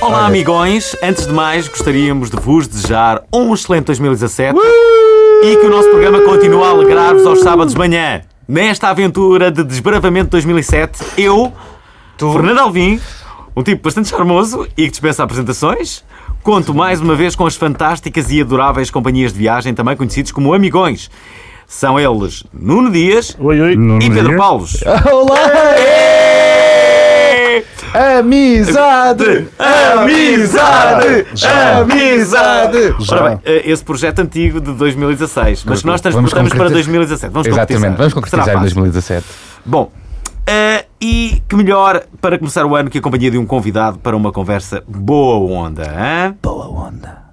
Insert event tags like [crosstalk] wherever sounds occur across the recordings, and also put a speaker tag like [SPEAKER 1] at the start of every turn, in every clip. [SPEAKER 1] Olá, amigões! Antes de mais, gostaríamos de vos desejar um excelente 2017 e que o nosso programa continue a alegrar-vos aos sábados de manhã. Nesta aventura de desbravamento 2007, eu, Fernando Alvim, um tipo bastante charmoso e que dispensa apresentações, conto mais uma vez com as fantásticas e adoráveis companhias de viagem, também conhecidos como Amigões. São eles Nuno Dias
[SPEAKER 2] Oi, oi.
[SPEAKER 1] e Pedro Paulos.
[SPEAKER 3] [laughs] Olá! Amizade!
[SPEAKER 1] Amizade! Amizade!
[SPEAKER 3] Já.
[SPEAKER 1] Ora bem, eh, esse projeto antigo de 2016, mas que
[SPEAKER 3] Vamos
[SPEAKER 1] nós transportamos para
[SPEAKER 3] concretizar.
[SPEAKER 1] 2017. Vamos
[SPEAKER 3] Exatamente, vamos concretizar
[SPEAKER 1] Será
[SPEAKER 3] em
[SPEAKER 1] fácil.
[SPEAKER 3] 2017.
[SPEAKER 1] Bom, eh, e que melhor para começar o ano que a companhia de um convidado para uma conversa boa onda, hã? Boa onda.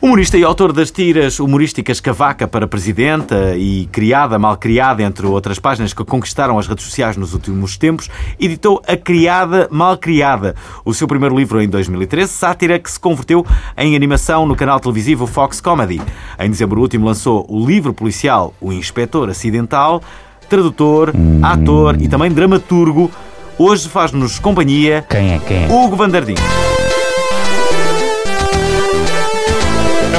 [SPEAKER 1] Humorista e autor das tiras humorísticas Cavaca para Presidenta e Criada, Malcriada, entre outras páginas que conquistaram as redes sociais nos últimos tempos, editou A Criada, Malcriada, o seu primeiro livro em 2013, sátira que se converteu em animação no canal televisivo Fox Comedy. Em dezembro último lançou o livro policial O Inspetor Acidental, tradutor, ator e também dramaturgo, hoje faz-nos companhia
[SPEAKER 3] Quem é? Quem é?
[SPEAKER 1] Hugo Vandardinho.
[SPEAKER 2] É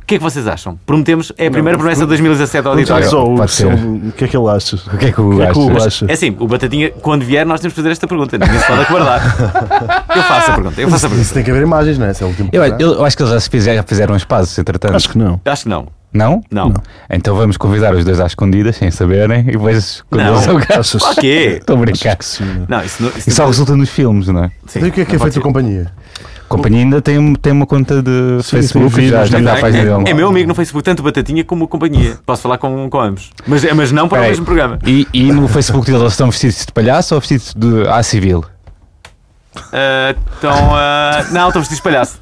[SPEAKER 1] O que é que vocês acham? Prometemos, é a primeira promessa de 2017 ao
[SPEAKER 2] Já
[SPEAKER 1] auditório.
[SPEAKER 2] só o,
[SPEAKER 3] Pode
[SPEAKER 2] se
[SPEAKER 3] ser.
[SPEAKER 2] ele- o que é que ele acha?
[SPEAKER 3] O que é que o
[SPEAKER 2] O que é que
[SPEAKER 3] gajo
[SPEAKER 2] o
[SPEAKER 3] acha?
[SPEAKER 2] acha?
[SPEAKER 1] É assim, o Batatinha, quando vier, nós temos que fazer esta pergunta. Ninguém se pode acordar. Eu faço a pergunta, eu faço a pergunta.
[SPEAKER 4] Isso tem que haver imagens, não é? Se é o último
[SPEAKER 3] Eu,
[SPEAKER 4] programa.
[SPEAKER 3] eu- eu acho que eles já, se fizeram, já fizeram espaços, entretanto.
[SPEAKER 2] Acho que não.
[SPEAKER 1] Acho que não.
[SPEAKER 3] Não?
[SPEAKER 1] Não.
[SPEAKER 3] Então vamos convidar os dois às escondidas, sem saberem, e depois quando
[SPEAKER 1] Não. é.
[SPEAKER 3] eles são cá. [laughs]
[SPEAKER 2] Achas?
[SPEAKER 1] O quê?
[SPEAKER 3] Estou a brincar.
[SPEAKER 2] né?
[SPEAKER 1] Não, isso não.
[SPEAKER 3] Isso é só resulta nos filmes, não é?
[SPEAKER 1] sim,
[SPEAKER 4] E o que é que é
[SPEAKER 1] não pode
[SPEAKER 4] feito a companhia?
[SPEAKER 3] A companhia ainda tem, tem uma conta de
[SPEAKER 2] Sim,
[SPEAKER 3] Facebook,
[SPEAKER 2] sim,
[SPEAKER 3] já,
[SPEAKER 2] sim.
[SPEAKER 3] já está a
[SPEAKER 1] É-
[SPEAKER 3] página dele.
[SPEAKER 1] é, é meu amigo no Facebook, tanto o Batatinha como a companhia. Posso falar com, com ambos. Mas, é, mas não para o
[SPEAKER 3] Peraí.
[SPEAKER 1] mesmo programa.
[SPEAKER 3] E, e no Facebook deles eles estão vestidos de palhaço ou vestidos de A civil?
[SPEAKER 1] Ah, então. ah, não, estou vestido de palhaço.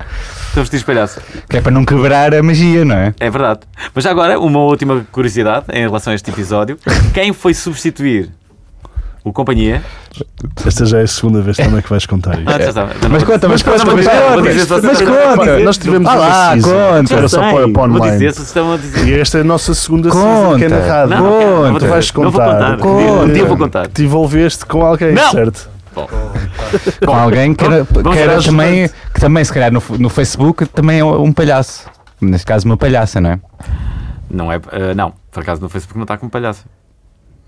[SPEAKER 1] Estou vestido de palhaço.
[SPEAKER 3] Que é para não quebrar a magia, não é?
[SPEAKER 1] É verdade. Mas já agora, uma última curiosidade em relação a este episódio. Quem foi substituir o companhia?
[SPEAKER 2] Esta já é a segunda vez também que vais contar
[SPEAKER 1] Ah,
[SPEAKER 2] isto.
[SPEAKER 1] já está.
[SPEAKER 3] Mas conta, mas conta,
[SPEAKER 1] não vou
[SPEAKER 3] mas
[SPEAKER 1] dizer, não vou dizer,
[SPEAKER 3] conta,
[SPEAKER 1] só-
[SPEAKER 3] mas
[SPEAKER 1] só-
[SPEAKER 3] conta.
[SPEAKER 1] só-
[SPEAKER 2] Nós tivemos
[SPEAKER 3] Ah lá,
[SPEAKER 2] uma season que
[SPEAKER 3] conta.
[SPEAKER 2] era só
[SPEAKER 1] sei.
[SPEAKER 2] para, para
[SPEAKER 1] Vou dizer,
[SPEAKER 2] online.
[SPEAKER 1] se estão a dizer.
[SPEAKER 2] E esta é a nossa segunda season que é
[SPEAKER 3] Conta.
[SPEAKER 2] narrada.
[SPEAKER 1] Não, não quero, não vou
[SPEAKER 2] Tu vais
[SPEAKER 1] Não vou
[SPEAKER 2] contar.
[SPEAKER 1] contar. Um dia- um dia vou
[SPEAKER 2] que
[SPEAKER 1] contar.
[SPEAKER 2] Te envolveste com alguém,
[SPEAKER 1] Não.
[SPEAKER 2] certo?
[SPEAKER 3] Com alguém que era,
[SPEAKER 1] Vamos- vamos
[SPEAKER 3] que era
[SPEAKER 1] ver as
[SPEAKER 3] também, que também, se calhar, no, no Facebook também é um palhaço. Neste caso, uma palhaça, não é?
[SPEAKER 1] Não é. ah, não, por acaso no Facebook não está como palhaço.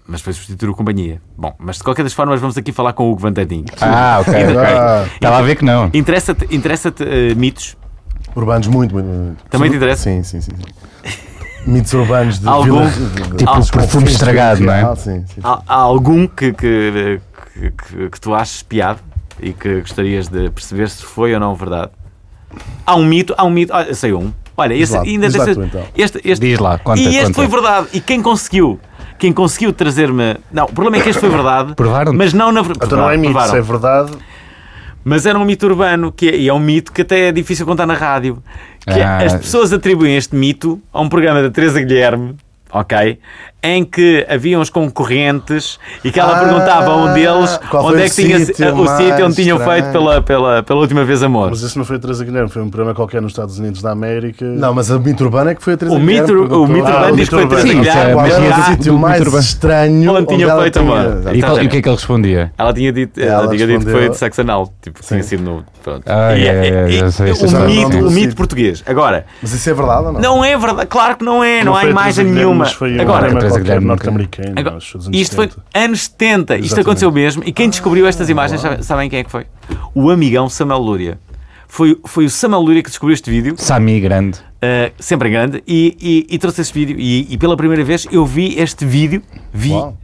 [SPEAKER 1] Mas foi substituir o companhia. Bom, mas de qualquer das formas, vamos aqui falar com o Hugo Vandadinho.
[SPEAKER 3] Ah, ok.
[SPEAKER 4] Ah,
[SPEAKER 3] Estava a ver que não.
[SPEAKER 1] Interessa-te interessa mitos?
[SPEAKER 4] urbanos, muito, muito, muito.
[SPEAKER 1] Também te interessa?
[SPEAKER 4] Sim, sim, sim. sim. Mitos urbanos de
[SPEAKER 1] Algum-
[SPEAKER 4] vilas. de- de-
[SPEAKER 1] Tipo
[SPEAKER 4] aos
[SPEAKER 3] perfume
[SPEAKER 4] confins
[SPEAKER 3] estragado, não é?
[SPEAKER 4] real, Sim, sim.
[SPEAKER 1] Há, há algum que, que, que, que- que tu aches piado e que gostarias de perceber se foi ou não verdade? Há um mito, há um mito. Olha, sei um. Olha, esse
[SPEAKER 4] lá,
[SPEAKER 1] ainda
[SPEAKER 4] diz lá
[SPEAKER 1] desse-
[SPEAKER 4] tu, então.
[SPEAKER 1] este, este-
[SPEAKER 3] Diz lá, conta,
[SPEAKER 1] E este
[SPEAKER 3] conta.
[SPEAKER 1] foi verdade. E quem conseguiu? Quem conseguiu trazer-me. Não, o problema é que este foi verdade.
[SPEAKER 3] Provaram-te?
[SPEAKER 1] Mas não na ver-
[SPEAKER 2] Então não é
[SPEAKER 1] provaram,
[SPEAKER 2] mito,
[SPEAKER 1] provaram.
[SPEAKER 2] se é verdade.
[SPEAKER 1] Mas era um mito urbano, que é, e é um mito que até é difícil contar na rádio. Que é,
[SPEAKER 3] Ah.
[SPEAKER 1] as pessoas atribuem este mito a um programa da Teresa Guilherme, ok? Em que haviam os concorrentes e que ela
[SPEAKER 4] Ah,
[SPEAKER 1] perguntava a um deles
[SPEAKER 4] qual foi
[SPEAKER 1] onde é
[SPEAKER 4] o
[SPEAKER 1] que tinha
[SPEAKER 4] sítio
[SPEAKER 1] o
[SPEAKER 4] mais
[SPEAKER 1] sítio onde tinham
[SPEAKER 4] estranho?
[SPEAKER 1] feito pela, pela, pela última vez amor.
[SPEAKER 2] Mas isso não foi a Teresa Guilherme, foi um programa qualquer nos Estados Unidos da América. Ah,
[SPEAKER 4] Não, mas o mito urbano é que foi a Teresa
[SPEAKER 1] O mito-
[SPEAKER 4] Guilherme que
[SPEAKER 1] o mito
[SPEAKER 4] perguntou-
[SPEAKER 1] urbano
[SPEAKER 2] o
[SPEAKER 1] diz que foi a
[SPEAKER 2] mito
[SPEAKER 1] Teresa
[SPEAKER 3] urbano. Sim,
[SPEAKER 1] Guilherme.
[SPEAKER 3] isso é-
[SPEAKER 4] Qual
[SPEAKER 3] mas
[SPEAKER 4] era
[SPEAKER 1] já-
[SPEAKER 4] o
[SPEAKER 3] há-
[SPEAKER 4] sítio
[SPEAKER 3] do
[SPEAKER 4] mais
[SPEAKER 3] mito urbano.
[SPEAKER 4] estranho
[SPEAKER 1] Onde tinha
[SPEAKER 4] ela
[SPEAKER 1] feito a moda.
[SPEAKER 3] E, qual- e o que é que ele respondia?
[SPEAKER 1] Ela tinha dito, ela
[SPEAKER 4] Ela
[SPEAKER 1] tinha dito que
[SPEAKER 4] respondeu-
[SPEAKER 1] foi de sexo anal. Tipo, tinha sido no. Pronto.
[SPEAKER 3] Ah, é,
[SPEAKER 1] E
[SPEAKER 3] é, é, já sei,
[SPEAKER 1] o
[SPEAKER 3] sexo anal,
[SPEAKER 1] um mito-
[SPEAKER 4] sim.
[SPEAKER 1] o mito português. Agora,
[SPEAKER 4] Mas isso é verdade ou não?
[SPEAKER 1] não é verdade. Claro que não é, não, há
[SPEAKER 2] foi a
[SPEAKER 1] imagem
[SPEAKER 2] Teresa Guilherme,
[SPEAKER 1] nenhuma.
[SPEAKER 2] Mas foi
[SPEAKER 1] Agora,
[SPEAKER 2] um
[SPEAKER 3] Teresa
[SPEAKER 2] programa
[SPEAKER 3] Guilherme,
[SPEAKER 2] norte-americano.
[SPEAKER 1] Agora,
[SPEAKER 2] acho, dos anos
[SPEAKER 1] É isto foi
[SPEAKER 2] 70.
[SPEAKER 1] anos 70. Isto
[SPEAKER 2] Exatamente.
[SPEAKER 1] aconteceu mesmo. E quem descobriu estas
[SPEAKER 3] Ah.
[SPEAKER 1] imagens, sabe- sabem quem é que foi? O amigão Samuel Lúria. Foi, foi o Samuel Lúria que descobriu este vídeo,
[SPEAKER 3] Sami grande.
[SPEAKER 1] eh, sempre em grande, e, e- e trouxe este vídeo. E, e pela primeira vez eu vi este vídeo, vi,
[SPEAKER 4] Uau.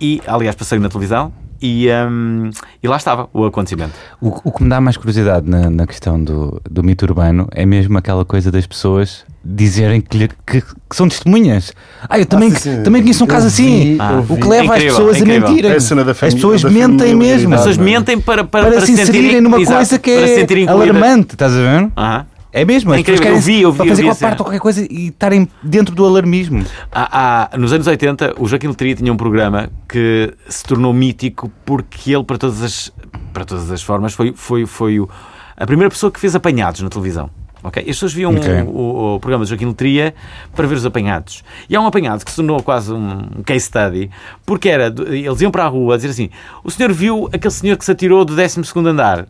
[SPEAKER 1] e aliás passei na televisão, e, hum, e lá estava o acontecimento.
[SPEAKER 3] O, o que me dá mais curiosidade na, na questão do, do mito urbano é mesmo aquela coisa das pessoas dizerem que, lhe- que- que são testemunhas. Ah, eu também,
[SPEAKER 4] sim,
[SPEAKER 3] que-
[SPEAKER 4] sim.
[SPEAKER 3] também conheço um
[SPEAKER 4] Eu
[SPEAKER 3] caso
[SPEAKER 4] vi,
[SPEAKER 3] assim.
[SPEAKER 4] eu
[SPEAKER 3] o
[SPEAKER 4] vi.
[SPEAKER 3] que leva as
[SPEAKER 1] Ah, Incrível,
[SPEAKER 3] pessoas
[SPEAKER 1] incrível.
[SPEAKER 3] a mentirem.
[SPEAKER 2] É a cena da
[SPEAKER 3] as
[SPEAKER 2] família-
[SPEAKER 3] pessoas
[SPEAKER 2] da
[SPEAKER 3] mentem
[SPEAKER 2] familiaridade,
[SPEAKER 3] mesmo.
[SPEAKER 1] As pessoas
[SPEAKER 2] não é?
[SPEAKER 1] mentem para, para,
[SPEAKER 3] para, se
[SPEAKER 1] sentirem-
[SPEAKER 3] inserirem numa
[SPEAKER 1] Exato,
[SPEAKER 3] coisa que
[SPEAKER 1] para se sentirem
[SPEAKER 3] é
[SPEAKER 1] incluídas.
[SPEAKER 3] alarmante, estás a ver?
[SPEAKER 1] Aham.
[SPEAKER 3] É mesmo, as
[SPEAKER 1] É
[SPEAKER 3] pessoas
[SPEAKER 1] incrível,
[SPEAKER 3] querem
[SPEAKER 1] eu vi, eu vi,
[SPEAKER 3] para
[SPEAKER 1] eu
[SPEAKER 3] fazer
[SPEAKER 1] vi a
[SPEAKER 3] parte
[SPEAKER 1] cena.
[SPEAKER 3] ou qualquer coisa e estarem dentro do alarmismo.
[SPEAKER 1] Há- há- nos anos 80, o Joaquim Letria tinha um programa que se tornou mítico porque ele, para todas as, para todas as formas, foi, foi, foi o- a primeira pessoa que fez apanhados na televisão. ok As pessoas viam
[SPEAKER 3] Ok.
[SPEAKER 1] o, o programa de Joaquim Letria para ver os apanhados. E há um apanhado que se tornou quase um case study, porque era, do- eles iam para a rua dizer assim: o senhor viu aquele senhor que se atirou do 12 andar?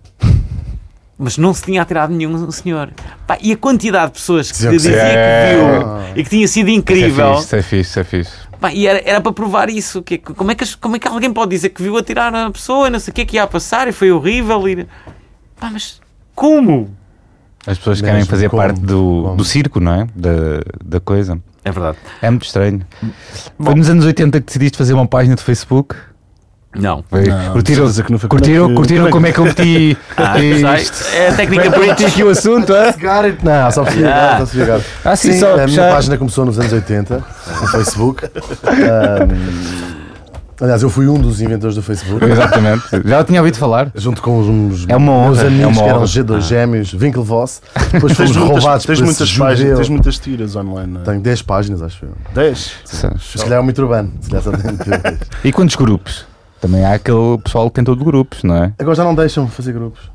[SPEAKER 1] Mas não se tinha atirado nenhum senhor. Pá, e a quantidade de pessoas que
[SPEAKER 4] Diziam que
[SPEAKER 1] dizia
[SPEAKER 4] sim.
[SPEAKER 1] que viu e que tinha sido incrível.
[SPEAKER 3] é fixe, É. isso é fixe.
[SPEAKER 1] Pá, e era, era para provar isso. Que, que- como, é que, as- como é que alguém pode dizer que viu atirar na pessoa e não sei o que é que ia a passar e foi horrível? E... Pá, mas como?
[SPEAKER 3] As pessoas
[SPEAKER 4] Mesmo,
[SPEAKER 3] querem fazer
[SPEAKER 4] como,
[SPEAKER 3] parte do,
[SPEAKER 4] como.
[SPEAKER 3] do circo, não é? Da, da coisa.
[SPEAKER 1] É verdade.
[SPEAKER 3] É muito estranho. Foi nos anos 80 que decidiste fazer uma página de Facebook.
[SPEAKER 1] Não.
[SPEAKER 3] Foi-
[SPEAKER 2] Não,
[SPEAKER 3] curtiram,
[SPEAKER 2] de certeza que não foi.
[SPEAKER 3] curtiram,
[SPEAKER 2] Como é que-
[SPEAKER 3] curtiram como é que eu meti
[SPEAKER 1] Ah,
[SPEAKER 3] isto?
[SPEAKER 1] sei. [laughs] é a técnica British.
[SPEAKER 3] aqui o assunto, é?
[SPEAKER 4] Got it. Não, só percebi agora, só percebi agora.
[SPEAKER 3] Ah, sim,
[SPEAKER 4] Sim,
[SPEAKER 3] só
[SPEAKER 4] a minha
[SPEAKER 3] puxar.
[SPEAKER 4] página começou nos anos 80, no Facebook. Ahm, aliás, eu fui um dos inventores do Facebook,
[SPEAKER 3] Exatamente. Já o tinha ouvido falar.
[SPEAKER 4] junto com uns
[SPEAKER 3] É uma
[SPEAKER 4] meus
[SPEAKER 3] honra,
[SPEAKER 4] amigos
[SPEAKER 3] é uma
[SPEAKER 4] que eram
[SPEAKER 3] honra.
[SPEAKER 4] G2
[SPEAKER 2] [laughs]
[SPEAKER 4] gêmeos, Winklevoss. Depois
[SPEAKER 2] Ah. Tens
[SPEAKER 4] fomos
[SPEAKER 2] muitas,
[SPEAKER 4] roubados
[SPEAKER 2] tens
[SPEAKER 4] por
[SPEAKER 2] muitas
[SPEAKER 4] esse
[SPEAKER 2] páginas,
[SPEAKER 4] judeu.
[SPEAKER 2] tens muitas tiras online. não é?
[SPEAKER 4] Tenho 10 páginas, acho eu.
[SPEAKER 2] 10.
[SPEAKER 4] Se calhar é um mito urbano. Se calhar só tenho 10.
[SPEAKER 3] E quantos grupos? Também há aquele pessoal que tem todo grupos, não é?
[SPEAKER 4] Agora já não deixam fazer grupos. Já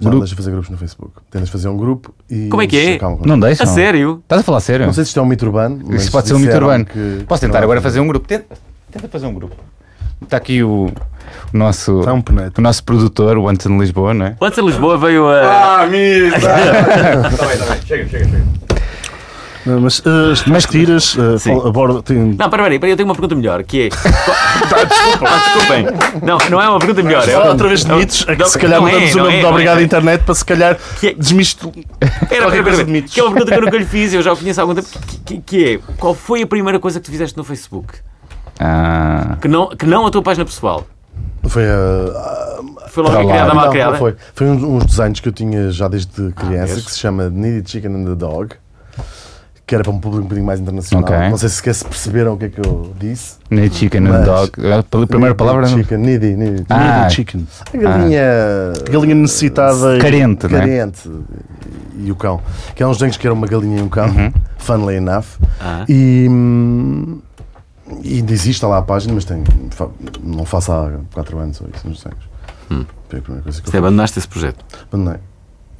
[SPEAKER 3] Grupo?
[SPEAKER 4] não deixam fazer grupos no Facebook. Tentas fazer um grupo e.
[SPEAKER 1] Como é que é?
[SPEAKER 4] Calma, calma.
[SPEAKER 3] Não deixam.
[SPEAKER 1] A sério?
[SPEAKER 3] Estás a falar sério?
[SPEAKER 4] Não sei se isto é um mito urbano. mas
[SPEAKER 3] Isso pode ser um mito
[SPEAKER 4] disseram
[SPEAKER 3] urbano.
[SPEAKER 4] que- é
[SPEAKER 3] Posso tentar agora fazer um grupo? Tenta, tenta fazer um grupo. Está aqui o, o nosso,
[SPEAKER 4] Tá
[SPEAKER 2] Está um peneto.
[SPEAKER 3] o nosso produtor, o Anton Lisboa, não é?
[SPEAKER 1] Quando a Lisboa veio a.
[SPEAKER 5] Ah, misa! tá bem, tá bem. Chega, chega, chega.
[SPEAKER 2] Não, mas eh, as mais tiras, eh,
[SPEAKER 1] Sim.
[SPEAKER 2] fal- aborda, tem,
[SPEAKER 1] Não, peraí, peraí, eu tenho uma pergunta melhor, [laughs] que é. Ah, desculpem. Não, não é uma pergunta melhor. É
[SPEAKER 2] outra vez de mitos, é que se calhar
[SPEAKER 1] não é,
[SPEAKER 2] mudamos o
[SPEAKER 1] não
[SPEAKER 2] nome
[SPEAKER 1] é,
[SPEAKER 2] de
[SPEAKER 1] não
[SPEAKER 2] Obrigado
[SPEAKER 1] é.
[SPEAKER 2] Internet para se calhar
[SPEAKER 1] Que é-
[SPEAKER 2] desmisto.
[SPEAKER 1] Pera,
[SPEAKER 2] Qualquer
[SPEAKER 1] pera,
[SPEAKER 2] coisa
[SPEAKER 1] pera,
[SPEAKER 2] de
[SPEAKER 1] pera.
[SPEAKER 2] mitos.
[SPEAKER 1] Que é uma pergunta que eu nunca lhe fiz, eu já o conheço há algum tempo. Que, que- que é, qual foi a primeira coisa que tu fizeste no Facebook?
[SPEAKER 3] Ah,
[SPEAKER 1] Que não, que não a tua página pessoal.
[SPEAKER 4] Foi a.
[SPEAKER 1] Foi logo
[SPEAKER 3] Para
[SPEAKER 1] bem
[SPEAKER 3] lá.
[SPEAKER 1] criada, mal
[SPEAKER 4] não,
[SPEAKER 1] criada.
[SPEAKER 4] não foi. Foi uns, uns desenhos que eu tinha já desde
[SPEAKER 3] Ah,
[SPEAKER 4] criança
[SPEAKER 1] vês?
[SPEAKER 4] que se chama Needy Chicken and the Dog, que era para um público um bocadinho mais internacional.
[SPEAKER 3] Ok.
[SPEAKER 4] Não sei se sequer se perceberam o que é que eu disse.
[SPEAKER 3] nem chicken, nem
[SPEAKER 4] Mas-
[SPEAKER 3] dog. A primeira
[SPEAKER 4] Needy
[SPEAKER 3] palavra. não-
[SPEAKER 4] Chicken, Needy, Needy.
[SPEAKER 3] Ah.
[SPEAKER 2] Ah, chicken.
[SPEAKER 4] A galinha.
[SPEAKER 2] Galinha necessitada. e-
[SPEAKER 3] Carente, não é?
[SPEAKER 4] carente e o cão. Que eram uns desenhos que era uma galinha e um cão, funnily enough.
[SPEAKER 1] Ah.
[SPEAKER 4] E, hum, e ainda existe lá a página, mas tem, fa- não faço há 4 anos ou isso, uns desenhos.
[SPEAKER 1] Hum.
[SPEAKER 4] Foi a primeira coisa que
[SPEAKER 1] Você
[SPEAKER 4] eu
[SPEAKER 1] abandonaste esse projeto.
[SPEAKER 4] abandonei.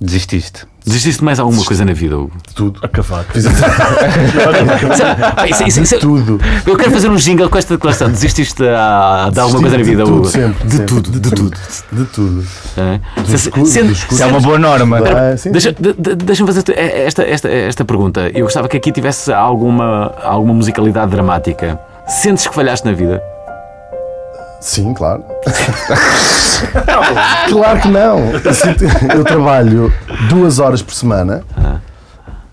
[SPEAKER 3] Desististe.
[SPEAKER 1] Desististe de mais alguma coisa na vida, Hugo?
[SPEAKER 4] De tudo.
[SPEAKER 2] A cavaco.
[SPEAKER 4] Fiz isso-
[SPEAKER 1] [laughs] Ah, Pá, isso- isso- isso-
[SPEAKER 4] tudo.
[SPEAKER 1] eu quero fazer um jingle com esta declaração. Desististe ah, de alguma coisa na vida,
[SPEAKER 4] de tudo,
[SPEAKER 1] Hugo?
[SPEAKER 4] sempre,
[SPEAKER 1] de
[SPEAKER 4] sempre,
[SPEAKER 1] tudo, de tudo.
[SPEAKER 4] De tudo.
[SPEAKER 1] Hã?
[SPEAKER 4] Dos
[SPEAKER 1] Se-
[SPEAKER 4] cu-
[SPEAKER 1] sendo-
[SPEAKER 4] dos cu-
[SPEAKER 3] Isso é uma boa norma.
[SPEAKER 4] Ah, sim,
[SPEAKER 1] Deixa- de- de- Deixa-me fazer te- esta, esta, esta pergunta. Eu gostava que aqui tivesse alguma, alguma musicalidade dramática. Sentes que falhaste na vida?
[SPEAKER 4] Sim, claro. claro que [laughs] não. Eu sinto- Eu trabalho duas horas por semana,
[SPEAKER 1] Ah.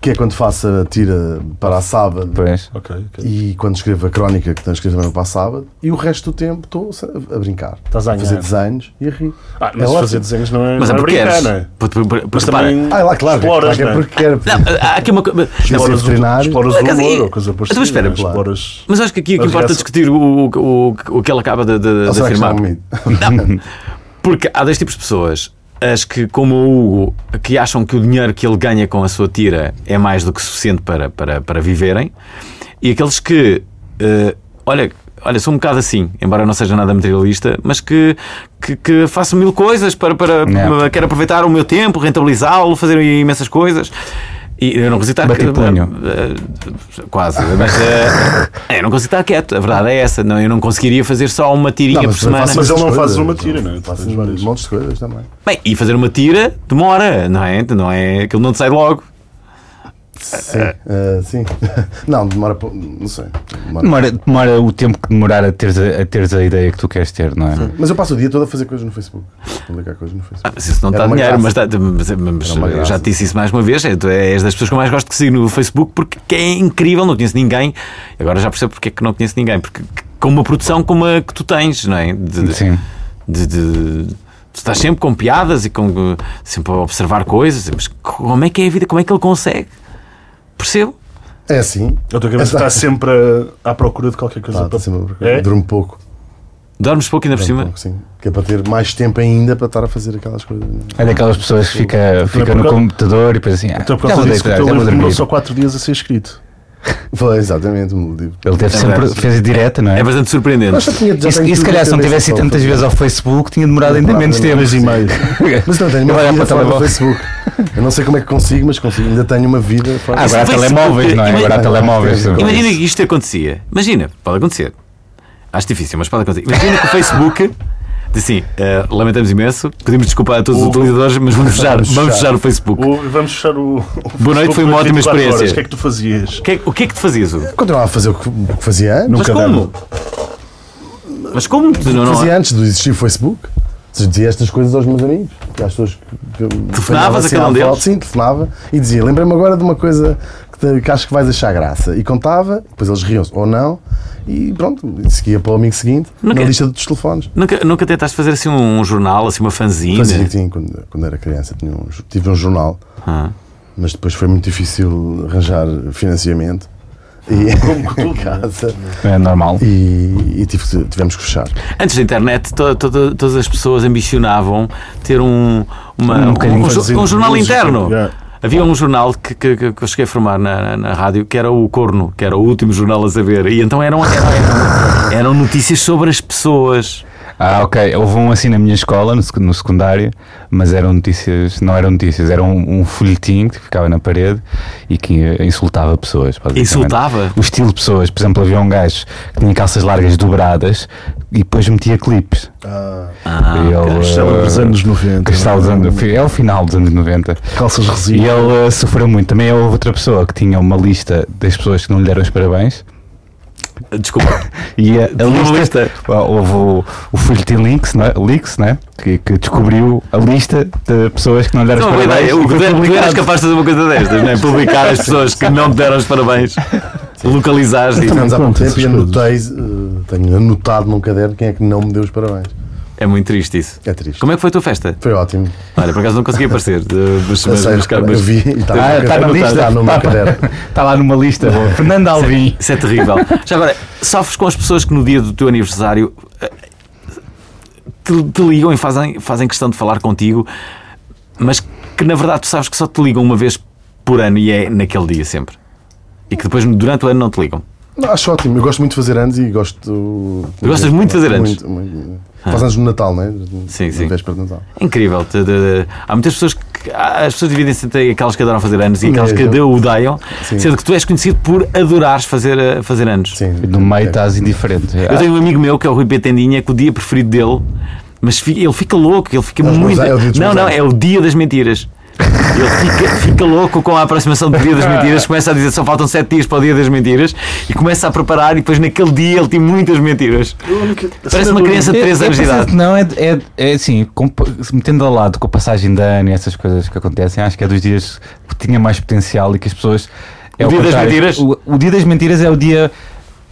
[SPEAKER 4] que é quando faço a tira para a sábado
[SPEAKER 3] Pois.
[SPEAKER 2] Ok, ok.
[SPEAKER 4] e quando escrevo a crónica, que tenho escrito também para a sábado, e o resto do tempo estou a a brincar.
[SPEAKER 2] Estás a
[SPEAKER 4] A fazer
[SPEAKER 2] ganhar.
[SPEAKER 4] desenhos e a rir.
[SPEAKER 2] Ah,
[SPEAKER 4] É
[SPEAKER 2] mas
[SPEAKER 4] ótimo.
[SPEAKER 2] fazer desenhos não é,
[SPEAKER 1] Mas é
[SPEAKER 2] não é
[SPEAKER 1] porque
[SPEAKER 2] brincar,
[SPEAKER 1] queres.
[SPEAKER 2] não é?
[SPEAKER 1] Por- por- por-
[SPEAKER 2] Mas
[SPEAKER 1] porque, repara,
[SPEAKER 2] também
[SPEAKER 4] Ah, é lá, claro.
[SPEAKER 2] exploras,
[SPEAKER 4] claro,
[SPEAKER 2] não
[SPEAKER 4] é
[SPEAKER 2] é?
[SPEAKER 4] porque quero.
[SPEAKER 1] Não, há aqui uma coisa.
[SPEAKER 4] Sim,
[SPEAKER 2] exploras,
[SPEAKER 4] sim,
[SPEAKER 2] o,
[SPEAKER 4] veterinário.
[SPEAKER 2] exploras o
[SPEAKER 1] Mas, e-
[SPEAKER 2] humor ou coisa
[SPEAKER 1] Mas
[SPEAKER 2] parecida.
[SPEAKER 1] espera,
[SPEAKER 2] não é?
[SPEAKER 4] claro.
[SPEAKER 2] exploras...
[SPEAKER 1] Mas acho que aqui o que
[SPEAKER 2] Mas
[SPEAKER 1] importa é
[SPEAKER 2] graças-
[SPEAKER 1] discutir o, o, o, o que ele acaba de, de-
[SPEAKER 4] Ou
[SPEAKER 1] de
[SPEAKER 4] será que já
[SPEAKER 1] afirmar.
[SPEAKER 4] é um mito?
[SPEAKER 1] Não, porque há dois tipos de pessoas. As que, como o Hugo, que acham que o dinheiro que ele ganha com a sua tira é mais do que suficiente para, para, para viverem. E aqueles que, eh, olha, olha, sou um bocado assim, embora eu não seja nada materialista, mas que, que, que faço mil coisas para,
[SPEAKER 4] É.
[SPEAKER 1] para
[SPEAKER 3] Não.
[SPEAKER 1] quero aproveitar o meu tempo, rentabilizá-lo, fazer imensas coisas. E eu não consigo estar
[SPEAKER 3] Bater
[SPEAKER 1] que-
[SPEAKER 3] punho.
[SPEAKER 1] eh, quase, mas eh, [laughs] eu não consigo estar quieto, a verdade é essa, não, eu não conseguiria fazer só uma
[SPEAKER 4] Não,
[SPEAKER 1] tirinha por
[SPEAKER 4] mas
[SPEAKER 1] semana.
[SPEAKER 4] faço
[SPEAKER 2] Mas ele não
[SPEAKER 4] Coisas,
[SPEAKER 2] faz uma tira, não é?
[SPEAKER 4] Faço
[SPEAKER 2] Fazes várias.
[SPEAKER 4] um monte de coisas também.
[SPEAKER 1] Bem, e fazer uma tira demora, não é? Não é aquilo não te sai logo.
[SPEAKER 4] Sim. ah, sim. [laughs] Não, demora. pou- Não sei. Demora.
[SPEAKER 3] Demora, demora o tempo que demorar a teres a, a teres a ideia que tu queres ter, não é?
[SPEAKER 4] Mas eu passo o dia todo a fazer coisas no Facebook. A Publicar coisas no Facebook.
[SPEAKER 1] Ah, mas isso não
[SPEAKER 4] Era
[SPEAKER 1] está
[SPEAKER 4] uma graça.
[SPEAKER 1] dinheiro, mas, dá- mas- mas
[SPEAKER 4] Era uma
[SPEAKER 1] eu já
[SPEAKER 4] graça.
[SPEAKER 1] te disse isso mais uma vez. é, tu és das pessoas que eu mais gosto de seguir no Facebook porque que é incrível, não conheço ninguém. Agora já percebo porque é que não conheço ninguém, porque que- com uma produção como a que tu tens, não é? De- de-
[SPEAKER 3] Sim.
[SPEAKER 1] de, de- tu estás sempre com piadas e com, sempre a observar coisas, mas como é que é a vida? Como é que ele consegue? Percebo?
[SPEAKER 4] É assim.
[SPEAKER 2] A tua cabeça está sempre a- à procura de qualquer coisa.
[SPEAKER 4] Tá, tá
[SPEAKER 2] para-
[SPEAKER 4] sempre,
[SPEAKER 2] É?
[SPEAKER 4] Durmo pouco.
[SPEAKER 1] Dormes pouco ainda por
[SPEAKER 4] Durmo
[SPEAKER 1] cima.
[SPEAKER 4] pouco, sim. Que é para ter mais tempo ainda para estar a fazer aquelas coisas.
[SPEAKER 3] É daquelas pessoas que fica, fica
[SPEAKER 2] por
[SPEAKER 3] no
[SPEAKER 2] causa-
[SPEAKER 3] computador e depois assim. Ah,
[SPEAKER 2] Então, por
[SPEAKER 3] já vou
[SPEAKER 2] causa disso, que o
[SPEAKER 3] deitar, já
[SPEAKER 2] teu
[SPEAKER 3] vou
[SPEAKER 2] livro demorou
[SPEAKER 3] dormir.
[SPEAKER 2] só 4 dias a ser escrito.
[SPEAKER 4] Foi exatamente o livro.
[SPEAKER 3] Ele teve
[SPEAKER 1] É
[SPEAKER 3] sempre,
[SPEAKER 1] verdade.
[SPEAKER 3] fez direta, não é?
[SPEAKER 1] É bastante surpreendente.
[SPEAKER 4] Mas já tinha- já
[SPEAKER 3] E se-
[SPEAKER 4] tenho
[SPEAKER 3] e se
[SPEAKER 4] tudo
[SPEAKER 3] calhar
[SPEAKER 4] na
[SPEAKER 3] se não
[SPEAKER 4] cabeça
[SPEAKER 3] tivesse ido
[SPEAKER 4] só,
[SPEAKER 3] tantas
[SPEAKER 4] foi.
[SPEAKER 3] vezes ao Facebook, tinha demorado ainda
[SPEAKER 4] Demorava
[SPEAKER 3] menos
[SPEAKER 4] menos de
[SPEAKER 3] tempo.
[SPEAKER 2] e-mails.
[SPEAKER 3] [laughs]
[SPEAKER 4] Mas não tenho
[SPEAKER 3] Eu
[SPEAKER 4] uma
[SPEAKER 3] olhava
[SPEAKER 4] vida fora
[SPEAKER 3] para o
[SPEAKER 4] do
[SPEAKER 3] telemóvel.
[SPEAKER 4] Facebook. Eu não sei como é que consigo, mas consigo. Ainda tenho uma vida fora
[SPEAKER 3] Ah, agora há
[SPEAKER 1] Facebook,
[SPEAKER 3] telemóveis, não é? Agora há
[SPEAKER 4] imagina-
[SPEAKER 3] telemóveis.
[SPEAKER 1] Imagina que isto acontecia. Imagina, pode acontecer. Acho difícil, mas pode acontecer. Imagina que o Facebook diz assim: "Ah, lamentamos imenso, pedimos desculpa a todos os
[SPEAKER 2] O-
[SPEAKER 1] utilizadores, mas vamos
[SPEAKER 4] [laughs]
[SPEAKER 1] fechar,
[SPEAKER 4] Vamos
[SPEAKER 1] vamos
[SPEAKER 4] fechar.
[SPEAKER 1] fechar o Facebook.
[SPEAKER 2] O- vamos fechar o. o Facebook
[SPEAKER 1] noite, foi uma
[SPEAKER 2] por
[SPEAKER 1] ótima
[SPEAKER 2] 24 horas.
[SPEAKER 1] experiência.
[SPEAKER 2] O que é que tu fazias?
[SPEAKER 1] O que, é, que- o que é que tu fazias, Hugo?
[SPEAKER 4] Continuava a fazer o que, o que fazia antes.
[SPEAKER 1] Mas como? Mas como? Tu não, é. não,
[SPEAKER 4] fazia antes de existir o Facebook. Se dizia estas coisas aos meus amigos, que às pessoas que, que
[SPEAKER 1] Telefonavas a
[SPEAKER 4] apanhava
[SPEAKER 1] cada um
[SPEAKER 4] à
[SPEAKER 1] deles?
[SPEAKER 4] foto, Sim, telefonava e dizia: Lembra-me agora de uma coisa que, te- que acho que vais achar graça. E contava, depois eles riam-se ou não, e pronto, e seguia para o amigo seguinte
[SPEAKER 1] Não
[SPEAKER 4] na
[SPEAKER 1] quer-
[SPEAKER 4] lista dos telefones.
[SPEAKER 1] nunca, nunca tentaste fazer assim um jornal, assim uma fanzine?
[SPEAKER 4] Fazia assim, quando, quando era criança, tinha um jo- tive um jornal,
[SPEAKER 1] Ah.
[SPEAKER 4] mas depois foi muito difícil arranjar financiamento.
[SPEAKER 1] Ah,
[SPEAKER 4] [laughs] E,
[SPEAKER 2] Como tudo,
[SPEAKER 4] em
[SPEAKER 1] né?
[SPEAKER 4] casa.
[SPEAKER 3] É normal.
[SPEAKER 4] E, e tive que- tivemos que fechar.
[SPEAKER 1] Antes da internet, to- to- todas as pessoas ambicionavam ter um, uma-
[SPEAKER 3] Um
[SPEAKER 1] um,
[SPEAKER 3] bocadinho
[SPEAKER 1] um jo-
[SPEAKER 2] Fazer
[SPEAKER 1] um jornal
[SPEAKER 2] música,
[SPEAKER 1] interno.
[SPEAKER 2] yeah.
[SPEAKER 1] Havia um jornal que, que- que- que eu cheguei a formar na, na- na rádio que era o Corno, que era o último jornal a saber. E então eram, eram, eram- eram notícias sobre as pessoas.
[SPEAKER 3] Ah, ok. Houve um assim na minha escola, no, secu- no secundário, mas eram notícias, não eram notícias, era um, um folhetim que ficava na parede e que insultava pessoas. basicamente.
[SPEAKER 1] Insultava?
[SPEAKER 3] O estilo de pessoas, por exemplo, havia um gajo que tinha calças largas dobradas e depois metia clipes.
[SPEAKER 1] Ah,
[SPEAKER 3] E ele,
[SPEAKER 2] Estava
[SPEAKER 3] eh,
[SPEAKER 2] nos anos 90.
[SPEAKER 3] que estava dos anos- é o final dos anos 90.
[SPEAKER 2] Calças
[SPEAKER 3] E
[SPEAKER 2] resíduos.
[SPEAKER 3] ele eh, sofreu muito. Também houve outra pessoa que tinha uma lista das pessoas que não lhe deram os parabéns.
[SPEAKER 1] Desculpa.
[SPEAKER 3] E a, a
[SPEAKER 1] Tinha uma lista.
[SPEAKER 3] Houve o, o Folhetim Links, não é? Leaks, né? que, que descobriu a lista de pessoas que não lhe deram
[SPEAKER 1] Isso
[SPEAKER 3] os
[SPEAKER 1] é uma boa
[SPEAKER 3] parabéns.
[SPEAKER 1] ideia. O
[SPEAKER 3] e foi
[SPEAKER 1] que tu- tu eras
[SPEAKER 3] publicado.
[SPEAKER 1] capaz de fazer uma coisa destas, não é? Publicar as pessoas que não te deram os parabéns, localizares e.
[SPEAKER 4] Tivemos há pouco
[SPEAKER 2] Conta essas
[SPEAKER 4] tempo e anotei, eh, tenho anotado num caderno quem é que não me deu os parabéns.
[SPEAKER 1] É muito triste isso.
[SPEAKER 4] É triste.
[SPEAKER 1] Como é que foi a tua festa?
[SPEAKER 4] Foi ótimo.
[SPEAKER 1] Olha, por acaso não consegui aparecer. de- Mas,
[SPEAKER 4] Eu
[SPEAKER 1] mas,
[SPEAKER 4] sei,
[SPEAKER 1] mas, cara,
[SPEAKER 4] eu
[SPEAKER 1] mas-
[SPEAKER 4] vi e estava
[SPEAKER 3] Ah,
[SPEAKER 4] no
[SPEAKER 1] tá
[SPEAKER 3] está na
[SPEAKER 4] caderno,
[SPEAKER 3] lista.
[SPEAKER 4] está no meu caderno.
[SPEAKER 3] Está Tá lá numa lista. boa. Fernando Alvim.
[SPEAKER 1] Isso é terrível. Já agora, sofres com as pessoas que no dia do teu aniversário eh, te, te ligam e fazem, fazem questão de falar contigo, mas que na verdade tu sabes que só te ligam uma vez por ano e é naquele dia sempre. E que depois durante o ano não te ligam.
[SPEAKER 4] Não, acho ótimo. Eu gosto muito de fazer anos e gosto.
[SPEAKER 1] Gostas muito de fazer anos?
[SPEAKER 4] Muito, muito. Faz anos no Natal, não é?
[SPEAKER 1] Sim,
[SPEAKER 4] Na
[SPEAKER 1] sim.
[SPEAKER 4] véspera de Natal.
[SPEAKER 1] É incrível. Te- te- há muitas pessoas que. há- As pessoas dividem-se entre aquelas que adoram fazer anos e aquelas que
[SPEAKER 4] Mesmo.
[SPEAKER 1] de- odeiam,
[SPEAKER 4] Sim.
[SPEAKER 1] sendo que tu és conhecido por adorares fazer, eh, fazer anos.
[SPEAKER 4] Sim.
[SPEAKER 3] No meio estás indiferente.
[SPEAKER 1] Eu tenho um amigo meu que é o Rui Petendinha, que o dia preferido dele, mas fi- ele fica louco, ele fica
[SPEAKER 4] É os
[SPEAKER 1] muito.
[SPEAKER 4] meus- é o dia dos
[SPEAKER 1] não,
[SPEAKER 4] meus
[SPEAKER 1] não,
[SPEAKER 4] anos.
[SPEAKER 1] é o dia das mentiras. Ele fica, fica louco com a aproximação do dia das mentiras, começa a dizer só faltam sete dias para o dia das mentiras e começa a preparar e depois naquele dia ele tem muitas mentiras. Parece uma criança de 3
[SPEAKER 3] É- é
[SPEAKER 1] anos de
[SPEAKER 3] preciso-
[SPEAKER 1] idade.
[SPEAKER 3] Não, é, é, é assim, com- se metendo ao lado com a passagem de ano e essas coisas que acontecem, acho que é dos dias que tinha mais potencial e que as pessoas. É
[SPEAKER 1] O
[SPEAKER 3] ao
[SPEAKER 1] dia das
[SPEAKER 3] contrário.
[SPEAKER 1] mentiras?
[SPEAKER 3] O, o dia das mentiras é o dia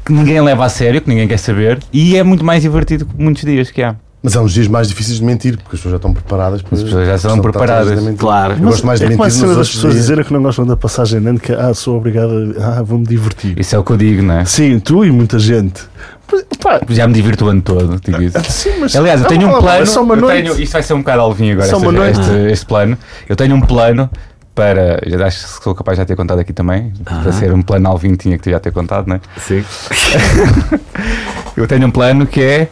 [SPEAKER 3] que ninguém leva a sério, que ninguém quer saber, e é muito mais divertido que muitos dias que há.
[SPEAKER 4] Mas é uns dias mais difíceis de mentir, porque as pessoas já estão preparadas. Para,
[SPEAKER 3] As pessoas já estão
[SPEAKER 4] estão
[SPEAKER 3] preparadas.
[SPEAKER 4] todas a mentir.
[SPEAKER 1] Claro.
[SPEAKER 4] Eu gosto mais de
[SPEAKER 2] é como
[SPEAKER 4] mentir
[SPEAKER 2] a
[SPEAKER 4] nos
[SPEAKER 2] cena das
[SPEAKER 4] outros
[SPEAKER 2] pessoas
[SPEAKER 4] dias.
[SPEAKER 2] dizerem que não gostam da passagem de ano, que ah, sou obrigado, a- ah, vou-me divertir.
[SPEAKER 3] Isso é o que eu digo, não é?
[SPEAKER 2] Sim, tu e muita gente. Mas, pá,
[SPEAKER 3] Já me divirto o ano todo, digo isso.
[SPEAKER 2] sim, mas-
[SPEAKER 3] Aliás, eu
[SPEAKER 2] Ah,
[SPEAKER 3] tenho um
[SPEAKER 2] pá,
[SPEAKER 3] plano.
[SPEAKER 2] É só uma
[SPEAKER 3] eu
[SPEAKER 2] noite.
[SPEAKER 3] tenho- isto vai ser um bocado alvinho agora,
[SPEAKER 2] Só
[SPEAKER 3] esta-
[SPEAKER 2] uma noite.
[SPEAKER 3] este, este plano. Eu tenho um plano para. Já acho que sou capaz de já ter contado aqui também. Para ser um plano alvinho, tinha que já ter contado, não é?
[SPEAKER 1] Sim.
[SPEAKER 3] Eu tenho um plano que é.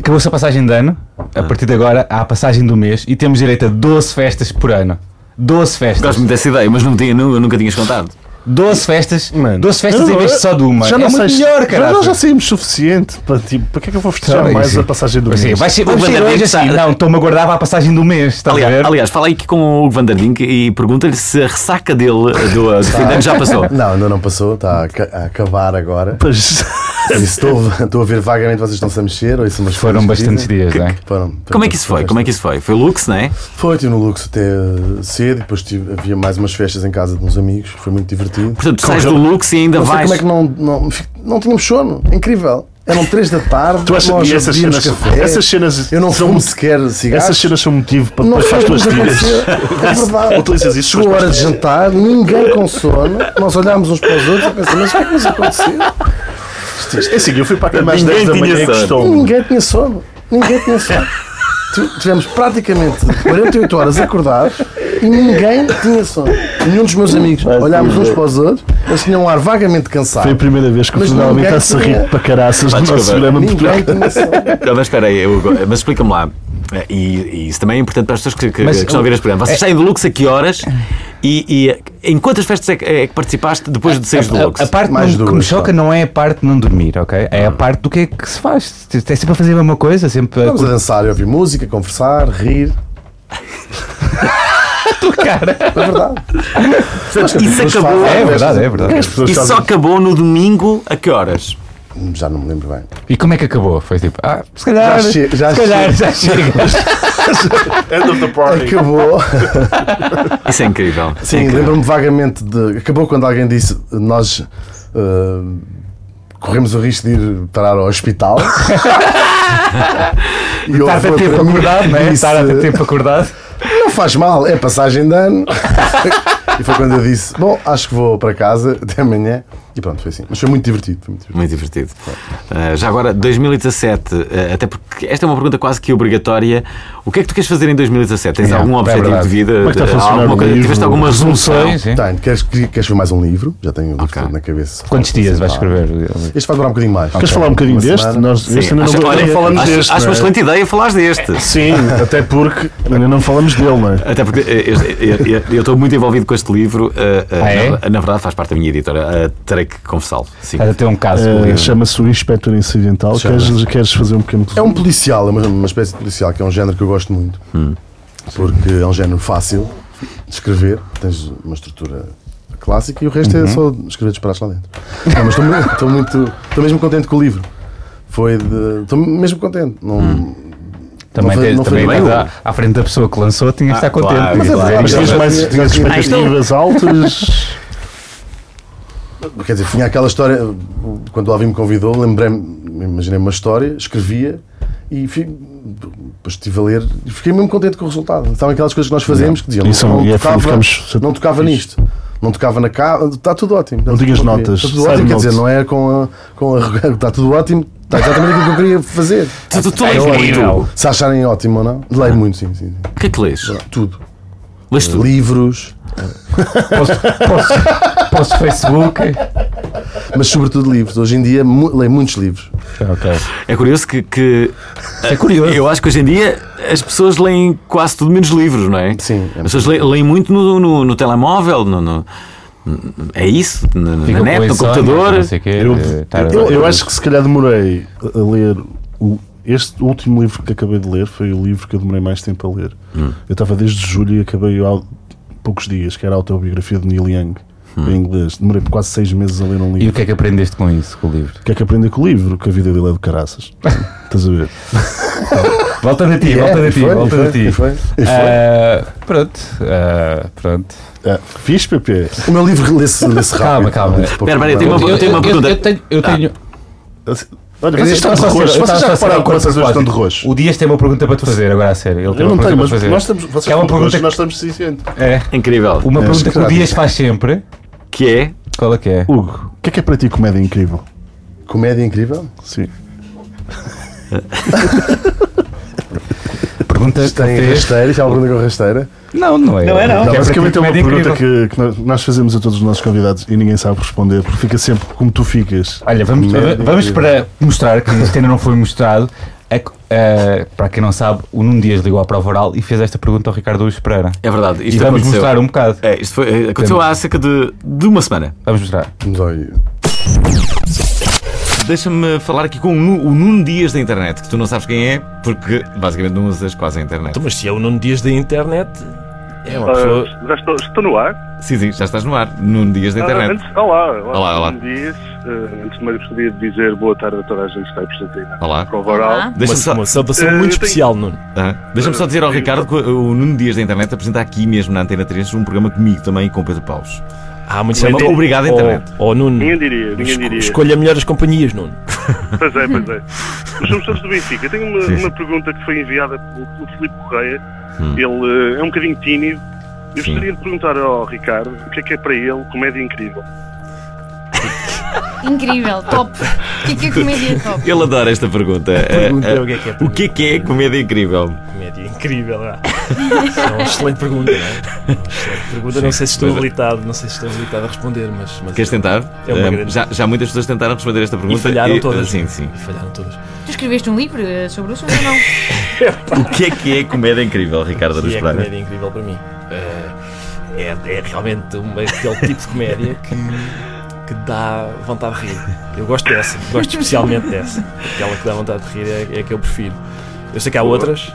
[SPEAKER 3] Acabou-se a passagem de ano.
[SPEAKER 1] Ah.
[SPEAKER 3] A partir de agora há a passagem do mês e temos direito a 12 festas por ano. 12 festas.
[SPEAKER 1] Gosto muito dessa ideia, mas não tinha, nu- nunca tinhas contado.
[SPEAKER 3] 12 festas.
[SPEAKER 2] Mano,
[SPEAKER 3] 12 festas em
[SPEAKER 2] eu-
[SPEAKER 3] vez de só de uma.
[SPEAKER 2] Já não
[SPEAKER 3] é
[SPEAKER 2] sei
[SPEAKER 3] muito
[SPEAKER 2] se-
[SPEAKER 3] melhor,
[SPEAKER 2] mas
[SPEAKER 3] cara.
[SPEAKER 2] Nós já saímos suficiente para tipo, para que é que eu vou festejar
[SPEAKER 3] Sim,
[SPEAKER 2] mais
[SPEAKER 3] sim.
[SPEAKER 2] a passagem do
[SPEAKER 3] Ou
[SPEAKER 2] mês?
[SPEAKER 3] seja, vai ser,
[SPEAKER 1] O
[SPEAKER 3] vai ser
[SPEAKER 1] Vanderbilt
[SPEAKER 3] hoje
[SPEAKER 1] está-
[SPEAKER 3] assim. Não, estou-me a guardar para a passagem do mês. Estás a
[SPEAKER 1] Aliás,
[SPEAKER 3] ver?
[SPEAKER 1] aliás, fala aí aqui com o Hugo Vanderdink e pergunta-lhe se a ressaca dele do, do fim de ano
[SPEAKER 3] [laughs]
[SPEAKER 1] já passou.
[SPEAKER 4] Não, ainda não passou, está a, ca- a acabar agora.
[SPEAKER 2] Pois,
[SPEAKER 4] Por isso Estou, estou a ver vagamente vocês estão-se a mexer. Ou isso são umas
[SPEAKER 3] Foram
[SPEAKER 4] coisas que
[SPEAKER 3] bastantes
[SPEAKER 4] dizem.
[SPEAKER 3] dias, não é?
[SPEAKER 4] Foram-
[SPEAKER 1] Como é que isso foi? Como é que isso foi? Foi luxo, não é?
[SPEAKER 4] Foi, estive no Luxo até eh, cedo, e depois tive- havia mais umas festas em casa de uns amigos, foi muito divertido.
[SPEAKER 1] Portanto, tu sais do luxo e ainda
[SPEAKER 4] Não sei
[SPEAKER 1] vais.
[SPEAKER 4] como é que não, não, não tínhamos sono. É Incrível. Eram 3 da tarde,
[SPEAKER 2] tu achas
[SPEAKER 4] nós
[SPEAKER 2] e essas
[SPEAKER 4] bebíamos
[SPEAKER 2] cenas,
[SPEAKER 4] café.
[SPEAKER 2] essas cenas
[SPEAKER 4] eu não
[SPEAKER 2] são
[SPEAKER 4] fumo sequer cigarros.
[SPEAKER 2] Essas cenas são motivo para
[SPEAKER 4] não
[SPEAKER 2] depois
[SPEAKER 4] foi
[SPEAKER 2] faz
[SPEAKER 4] o que
[SPEAKER 2] tuas
[SPEAKER 4] nos
[SPEAKER 2] tiras.
[SPEAKER 4] aconteceu. É verdade.
[SPEAKER 2] Utilizas isso
[SPEAKER 4] Chegou a
[SPEAKER 2] depois
[SPEAKER 4] hora
[SPEAKER 2] para-
[SPEAKER 4] de jantar, ninguém com sono. Nós olhámos uns para os outros e pensamos, mas o que é que nos aconteceu?
[SPEAKER 2] É assim, eu fui para a cama às
[SPEAKER 1] Ninguém
[SPEAKER 2] 10 da
[SPEAKER 1] tinha
[SPEAKER 2] manhã e
[SPEAKER 1] sono.
[SPEAKER 2] custou-me.
[SPEAKER 4] Ninguém tinha sono. Ninguém tinha sono. Tu- Tivemos praticamente 48 horas acordados e ninguém tinha sono. Nenhum dos meus amigos. Olhámos uns para os outros, eles tinham um ar vagamente
[SPEAKER 2] Foi a
[SPEAKER 4] cansado.
[SPEAKER 2] primeira vez que o
[SPEAKER 4] Mas
[SPEAKER 2] Fernando
[SPEAKER 4] ninguém
[SPEAKER 2] está a se
[SPEAKER 4] tinha-
[SPEAKER 2] rir para caraças no nosso
[SPEAKER 1] desculpa.
[SPEAKER 2] programa.
[SPEAKER 4] Ninguém
[SPEAKER 2] porque-
[SPEAKER 4] tinha sono.
[SPEAKER 1] Não, mas espera aí, eu- mas explica-me lá. Eh, E, e isso também é importante para as pessoas que, que-
[SPEAKER 3] Mas
[SPEAKER 1] que estão a ouvir este programa. Vocês saem do Lux a que horas e, e em quantas festas é que, é que participaste depois de sair do
[SPEAKER 3] A-
[SPEAKER 1] Lux?
[SPEAKER 3] Eh, A, parte
[SPEAKER 4] Mais
[SPEAKER 3] não- que me
[SPEAKER 4] duas,
[SPEAKER 3] choca
[SPEAKER 4] pá.
[SPEAKER 3] não é a parte de não dormir, ok? É a parte do que é que se faz. É sempre a fazer a mesma coisa, sempre a
[SPEAKER 4] Vamos a dançar, a ouvir música, conversar, rir.
[SPEAKER 3] cara.
[SPEAKER 4] É verdade. um
[SPEAKER 1] Portanto,
[SPEAKER 4] as
[SPEAKER 1] isso
[SPEAKER 4] pessoas
[SPEAKER 1] acabou.
[SPEAKER 4] fazem
[SPEAKER 3] É verdade, é
[SPEAKER 4] festas.
[SPEAKER 3] verdade.
[SPEAKER 2] pessoas
[SPEAKER 1] Isso só
[SPEAKER 2] fazem-
[SPEAKER 1] acabou no domingo a que horas?
[SPEAKER 4] Já não me lembro bem.
[SPEAKER 3] E como é que acabou? Foi tipo, ah, se calhar,
[SPEAKER 4] Já che- já
[SPEAKER 3] se calhar já chega.
[SPEAKER 2] End of the party.
[SPEAKER 4] Acabou.
[SPEAKER 1] Isso é incrível. É
[SPEAKER 4] Sim,
[SPEAKER 1] incrível.
[SPEAKER 4] lembro-me vagamente de. Acabou quando alguém disse nós eh, corremos o risco de ir parar ao
[SPEAKER 3] [laughs]
[SPEAKER 4] hospital. e houve
[SPEAKER 3] Estar a
[SPEAKER 4] outra
[SPEAKER 3] tempo
[SPEAKER 4] amiga
[SPEAKER 3] acordado,
[SPEAKER 4] que
[SPEAKER 3] não é?
[SPEAKER 4] disse,
[SPEAKER 3] Estar a tempo acordado.
[SPEAKER 4] Não faz mal, [laughs] é passagem de ano. e foi quando eu disse: Bom, acho que vou para casa até amanhã. E pronto, foi assim. Mas foi muito divertido. Foi muito divertido.
[SPEAKER 1] Muito divertido. Uh, já agora, 2017, uh, até porque esta é uma pergunta quase que obrigatória. O que é que tu queres fazer em 2017? Tens
[SPEAKER 3] É,
[SPEAKER 1] algum
[SPEAKER 3] é
[SPEAKER 1] objetivo
[SPEAKER 3] verdade.
[SPEAKER 1] de vida?
[SPEAKER 2] Como é que está a
[SPEAKER 1] De-
[SPEAKER 2] funcionar
[SPEAKER 1] alguma
[SPEAKER 2] o
[SPEAKER 1] coisa-
[SPEAKER 2] livro?
[SPEAKER 1] Tiveste alguma resolução?
[SPEAKER 3] Resoluções, sim.
[SPEAKER 4] Tenho. Queres, queres ver mais um livro? Já tenho o livro
[SPEAKER 1] Ok.
[SPEAKER 4] todo na cabeça.
[SPEAKER 3] Quantos dias vais escrever?
[SPEAKER 4] Este vai durar um bocadinho mais.
[SPEAKER 2] Queres falar um bocadinho
[SPEAKER 4] Uma
[SPEAKER 2] deste?
[SPEAKER 4] semana.
[SPEAKER 2] Nós, este ainda não,
[SPEAKER 1] Acho-
[SPEAKER 2] não
[SPEAKER 1] olha,
[SPEAKER 2] falamos
[SPEAKER 1] acho-
[SPEAKER 2] deste.
[SPEAKER 1] Acho
[SPEAKER 2] não
[SPEAKER 1] uma
[SPEAKER 2] é?
[SPEAKER 1] excelente ideia falares deste.
[SPEAKER 2] Sim, até porque ainda não falamos dele, não é?
[SPEAKER 1] Até porque eh, eu- eu- eu estou muito envolvido com este livro. eh, eh,
[SPEAKER 3] Ah, é?
[SPEAKER 1] na, na verdade, faz parte da minha editora. eh, terei que confessá-lo. Sim.
[SPEAKER 3] Estás a ter um caso com o
[SPEAKER 2] Eh,
[SPEAKER 3] livro.
[SPEAKER 2] Chama-se O Inspector Incidental.
[SPEAKER 4] Chama-se.
[SPEAKER 2] Queres, queres fazer um pequeno.
[SPEAKER 4] É um policial, é uma, uma espécie de policial, que é um género que eu gosto muito.
[SPEAKER 3] Hum.
[SPEAKER 4] Porque é um género fácil de escrever. Tens uma estrutura clássica e o resto
[SPEAKER 3] Uhum.
[SPEAKER 4] é só escrever disparados lá dentro. Não, mas estou mu- estou muito. Estou mesmo contente com o livro. Foi de. Estou mesmo contente. Não,
[SPEAKER 3] Hum. Também,
[SPEAKER 4] não foi-
[SPEAKER 3] tens-
[SPEAKER 4] não foi
[SPEAKER 3] também
[SPEAKER 4] bem
[SPEAKER 3] estás
[SPEAKER 4] o-
[SPEAKER 3] à, à frente da pessoa que lançou, tinhas de estar
[SPEAKER 1] Ah, claro,
[SPEAKER 3] contente.
[SPEAKER 1] Mas
[SPEAKER 4] é
[SPEAKER 3] um
[SPEAKER 4] verdade,
[SPEAKER 2] Mas
[SPEAKER 4] já-
[SPEAKER 2] tens
[SPEAKER 4] já
[SPEAKER 2] mais
[SPEAKER 4] tinha-
[SPEAKER 2] tinhas
[SPEAKER 4] já tinha-
[SPEAKER 2] expectativas altas.
[SPEAKER 4] Quer dizer, tinha aquela história. Quando o Alvin me convidou, lembrei-me, imaginei uma história, escrevia e fi- depois estive a ler e fiquei mesmo contente com o resultado. Estavam aquelas coisas que nós fazíamos que diziam:
[SPEAKER 2] E são-
[SPEAKER 4] não,
[SPEAKER 2] e é-
[SPEAKER 4] tocava,
[SPEAKER 2] ficamos-
[SPEAKER 4] não tocava nisto, não tocava na capa, está tudo ótimo. Está
[SPEAKER 2] Não
[SPEAKER 4] tudo
[SPEAKER 2] digas
[SPEAKER 4] ótimo.
[SPEAKER 2] notas,
[SPEAKER 4] Está tudo
[SPEAKER 2] side
[SPEAKER 4] ótimo, quer
[SPEAKER 2] notes.
[SPEAKER 4] dizer, não é com a, com a. Está tudo ótimo, está exatamente aquilo que eu queria fazer.
[SPEAKER 1] Tu, tu, tu
[SPEAKER 3] É
[SPEAKER 1] lês
[SPEAKER 3] horrível.
[SPEAKER 1] muito.
[SPEAKER 4] Se acharem ótimo ou não, leio muito, sim, sim. sim.
[SPEAKER 1] O que é que lês?
[SPEAKER 4] Tudo.
[SPEAKER 1] Lês tudo.
[SPEAKER 4] Livros,
[SPEAKER 3] Posso, posso, posso Facebook.
[SPEAKER 4] mas sobretudo livros. Hoje em dia mu- leio muitos livros.
[SPEAKER 1] É curioso que, que eh,
[SPEAKER 3] É curioso.
[SPEAKER 1] eu acho que hoje em dia as pessoas leem quase tudo menos livros, não é?
[SPEAKER 4] Sim.
[SPEAKER 1] As pessoas le- leem, muito no, no- no telemóvel, no, no- é isso, na, na
[SPEAKER 3] Fica com
[SPEAKER 1] net, no
[SPEAKER 3] insónia,
[SPEAKER 1] computador.
[SPEAKER 3] Não sei o quê,
[SPEAKER 2] Eu,
[SPEAKER 3] eh, tá-
[SPEAKER 2] eu, eu acho que se calhar demorei a a ler o- este último livro que acabei de ler foi o livro que eu demorei mais tempo a ler.
[SPEAKER 3] Hum.
[SPEAKER 2] Eu estava desde julho e acabei há poucos dias, que era a autobiografia de Neil Young,
[SPEAKER 1] Hum.
[SPEAKER 2] em inglês. Demorei quase seis meses a ler um
[SPEAKER 3] E
[SPEAKER 2] livro.
[SPEAKER 3] o que é que aprendeste com isso, com o livro?
[SPEAKER 2] O que é que aprendi com o livro? Que a vida dele é do caraças.
[SPEAKER 1] [laughs]
[SPEAKER 2] Estás a ver?
[SPEAKER 3] Volta de ti, volta de ti,
[SPEAKER 4] foi,
[SPEAKER 3] volta
[SPEAKER 4] foi,
[SPEAKER 3] de ti.
[SPEAKER 4] é? e foi.
[SPEAKER 3] Ah, pronto, ah, pronto.
[SPEAKER 2] Ah, fiz, PP.
[SPEAKER 4] O meu livro lê-se lê rápido.
[SPEAKER 3] Calma, calma.
[SPEAKER 4] Muito pouco.
[SPEAKER 1] Tá Espera, espera, eu tenho uma-
[SPEAKER 3] Eu,
[SPEAKER 1] tenho uma
[SPEAKER 3] eu-
[SPEAKER 1] pergunta.
[SPEAKER 3] eu tenho. Eu tenho
[SPEAKER 2] Olha,
[SPEAKER 3] eu
[SPEAKER 2] vocês Ah, estão
[SPEAKER 3] estava
[SPEAKER 2] de
[SPEAKER 3] só a ser- eu
[SPEAKER 2] roxo.
[SPEAKER 3] estava
[SPEAKER 2] Vocês
[SPEAKER 3] só a
[SPEAKER 2] já
[SPEAKER 3] ser
[SPEAKER 2] repararam que
[SPEAKER 3] agora
[SPEAKER 2] vocês hoje
[SPEAKER 3] propósito.
[SPEAKER 2] estão de roxo?
[SPEAKER 3] O Dias tem uma pergunta para te fazer, agora a sério. Ele tem
[SPEAKER 2] Eu não
[SPEAKER 3] uma
[SPEAKER 2] tenho,
[SPEAKER 3] pergunta
[SPEAKER 2] mas
[SPEAKER 3] para fazer.
[SPEAKER 2] nós estamos, vocês
[SPEAKER 3] Que é uma
[SPEAKER 2] estão de roxo
[SPEAKER 3] pergunta
[SPEAKER 2] e nós estamos suficientes.
[SPEAKER 3] É,
[SPEAKER 1] Incrível.
[SPEAKER 3] uma
[SPEAKER 2] Acho
[SPEAKER 3] pergunta
[SPEAKER 2] que
[SPEAKER 3] que o
[SPEAKER 2] sabe.
[SPEAKER 3] Dias faz sempre.
[SPEAKER 1] Que é.
[SPEAKER 3] Qual é que é?
[SPEAKER 2] Hugo, o que é que é para ti comédia incrível?
[SPEAKER 4] Comédia incrível?
[SPEAKER 3] É
[SPEAKER 2] Sim.
[SPEAKER 3] Pergunta que
[SPEAKER 4] Tem
[SPEAKER 3] fez-
[SPEAKER 4] rasteira, já alguma coisa com rasteira?
[SPEAKER 3] Não, não é. Não é,
[SPEAKER 2] Não,
[SPEAKER 3] Que é
[SPEAKER 2] basicamente é uma
[SPEAKER 3] praticamente
[SPEAKER 2] pergunta
[SPEAKER 3] incrível.
[SPEAKER 2] que, que nós- nós fazemos a todos os nossos convidados e ninguém sabe responder, porque fica sempre como tu ficas.
[SPEAKER 3] Olha, vamos,
[SPEAKER 4] Comédia
[SPEAKER 3] vamos
[SPEAKER 4] incrível.
[SPEAKER 3] para mostrar que isto ainda não foi mostrado. É que, ah, para quem não sabe, o Nuno Dias ligou à prova oral e fez esta pergunta ao Ricardo Luís Pereira.
[SPEAKER 1] É verdade.
[SPEAKER 3] E
[SPEAKER 1] Isto
[SPEAKER 3] vamos
[SPEAKER 1] aconteceu.
[SPEAKER 3] mostrar um bocado.
[SPEAKER 1] É, isto foi, aconteceu há cerca de, de uma semana.
[SPEAKER 3] Vamos mostrar.
[SPEAKER 4] Vamos aí.
[SPEAKER 1] Deixa-me falar aqui com o Nu- o Nuno Dias da internet, que tu não sabes quem é, porque basicamente não usas quase a internet.
[SPEAKER 5] Então, mas se é o Nuno Dias da internet, é uma pessoa.
[SPEAKER 6] Ah, já estou, estou no ar.
[SPEAKER 1] Sim, sim, já estás no ar. Nuno Dias da
[SPEAKER 6] Ah,
[SPEAKER 1] internet.
[SPEAKER 6] antes, olá, olá,
[SPEAKER 1] Olá, olá.
[SPEAKER 6] Bom dia. Ah, antes de mais, gostaria de dizer boa tarde a toda a gente que está aí presente na
[SPEAKER 1] Olá.
[SPEAKER 6] prova oral.
[SPEAKER 7] Olá.
[SPEAKER 1] Deixa-me
[SPEAKER 5] Uma,
[SPEAKER 1] só,
[SPEAKER 5] uma saudação
[SPEAKER 6] Eh,
[SPEAKER 5] muito
[SPEAKER 6] eu tenho-
[SPEAKER 5] especial, Nuno.
[SPEAKER 1] Ah, deixa-me só dizer ao Ricardo que o o Nuno Dias da internet apresenta aqui mesmo na Antena 3 um programa comigo também e com o Pedro Paus.
[SPEAKER 5] Ah, muito
[SPEAKER 1] Chama-
[SPEAKER 5] bem.
[SPEAKER 1] Obrigado,
[SPEAKER 5] Oh,
[SPEAKER 1] internet.
[SPEAKER 5] Oh, Nuno,
[SPEAKER 6] Ninguém diria, ninguém
[SPEAKER 5] esco-
[SPEAKER 6] diria.
[SPEAKER 5] escolha melhor as companhias, Nuno.
[SPEAKER 6] Pois é,
[SPEAKER 5] [laughs]
[SPEAKER 6] pois é. Mas somos todos do Benfica. Eu tenho uma,
[SPEAKER 1] Sim, sim.
[SPEAKER 6] uma pergunta que foi enviada pelo, pelo Filipe Correia.
[SPEAKER 1] Hum.
[SPEAKER 6] Ele ah, é um bocadinho tímido. Eu
[SPEAKER 1] Sim.
[SPEAKER 6] gostaria de perguntar ao Ricardo o que é que é para ele comédia incrível.
[SPEAKER 7] Incrível, top. O que é que é comédia top?
[SPEAKER 1] Ele adora esta [laughs] pergunta.
[SPEAKER 5] Pergunta
[SPEAKER 1] Ah, ah,
[SPEAKER 5] o que é que é
[SPEAKER 1] o que é que é comédia incrível?
[SPEAKER 5] Comédia incrível. ah. É uma excelente pergunta, não é? É uma excelente pergunta. Não sei se estou
[SPEAKER 1] pois é.
[SPEAKER 5] habilitado, não sei se estou habilitado a responder, mas. mas
[SPEAKER 1] Queres tentar?
[SPEAKER 5] É uma
[SPEAKER 1] Ah,
[SPEAKER 5] grande-
[SPEAKER 1] já, já muitas pessoas tentaram responder esta
[SPEAKER 5] E
[SPEAKER 1] pergunta. eh,
[SPEAKER 5] falharam todas.
[SPEAKER 1] Sim, sim.
[SPEAKER 5] E falharam todas.
[SPEAKER 7] Tu escreveste um livro eh, sobre o assunto ou não?
[SPEAKER 1] O que é que é comédia incrível, Ricardo
[SPEAKER 5] E
[SPEAKER 1] Aruz
[SPEAKER 5] é
[SPEAKER 1] Pereira?
[SPEAKER 5] comédia incrível para mim. Eh, É, é realmente um, aquele tipo de comédia que, que dá vontade de rir. Eu gosto dessa, gosto especialmente dessa. Aquela que dá vontade de rir é, é a que eu prefiro. Eu sei que há outras,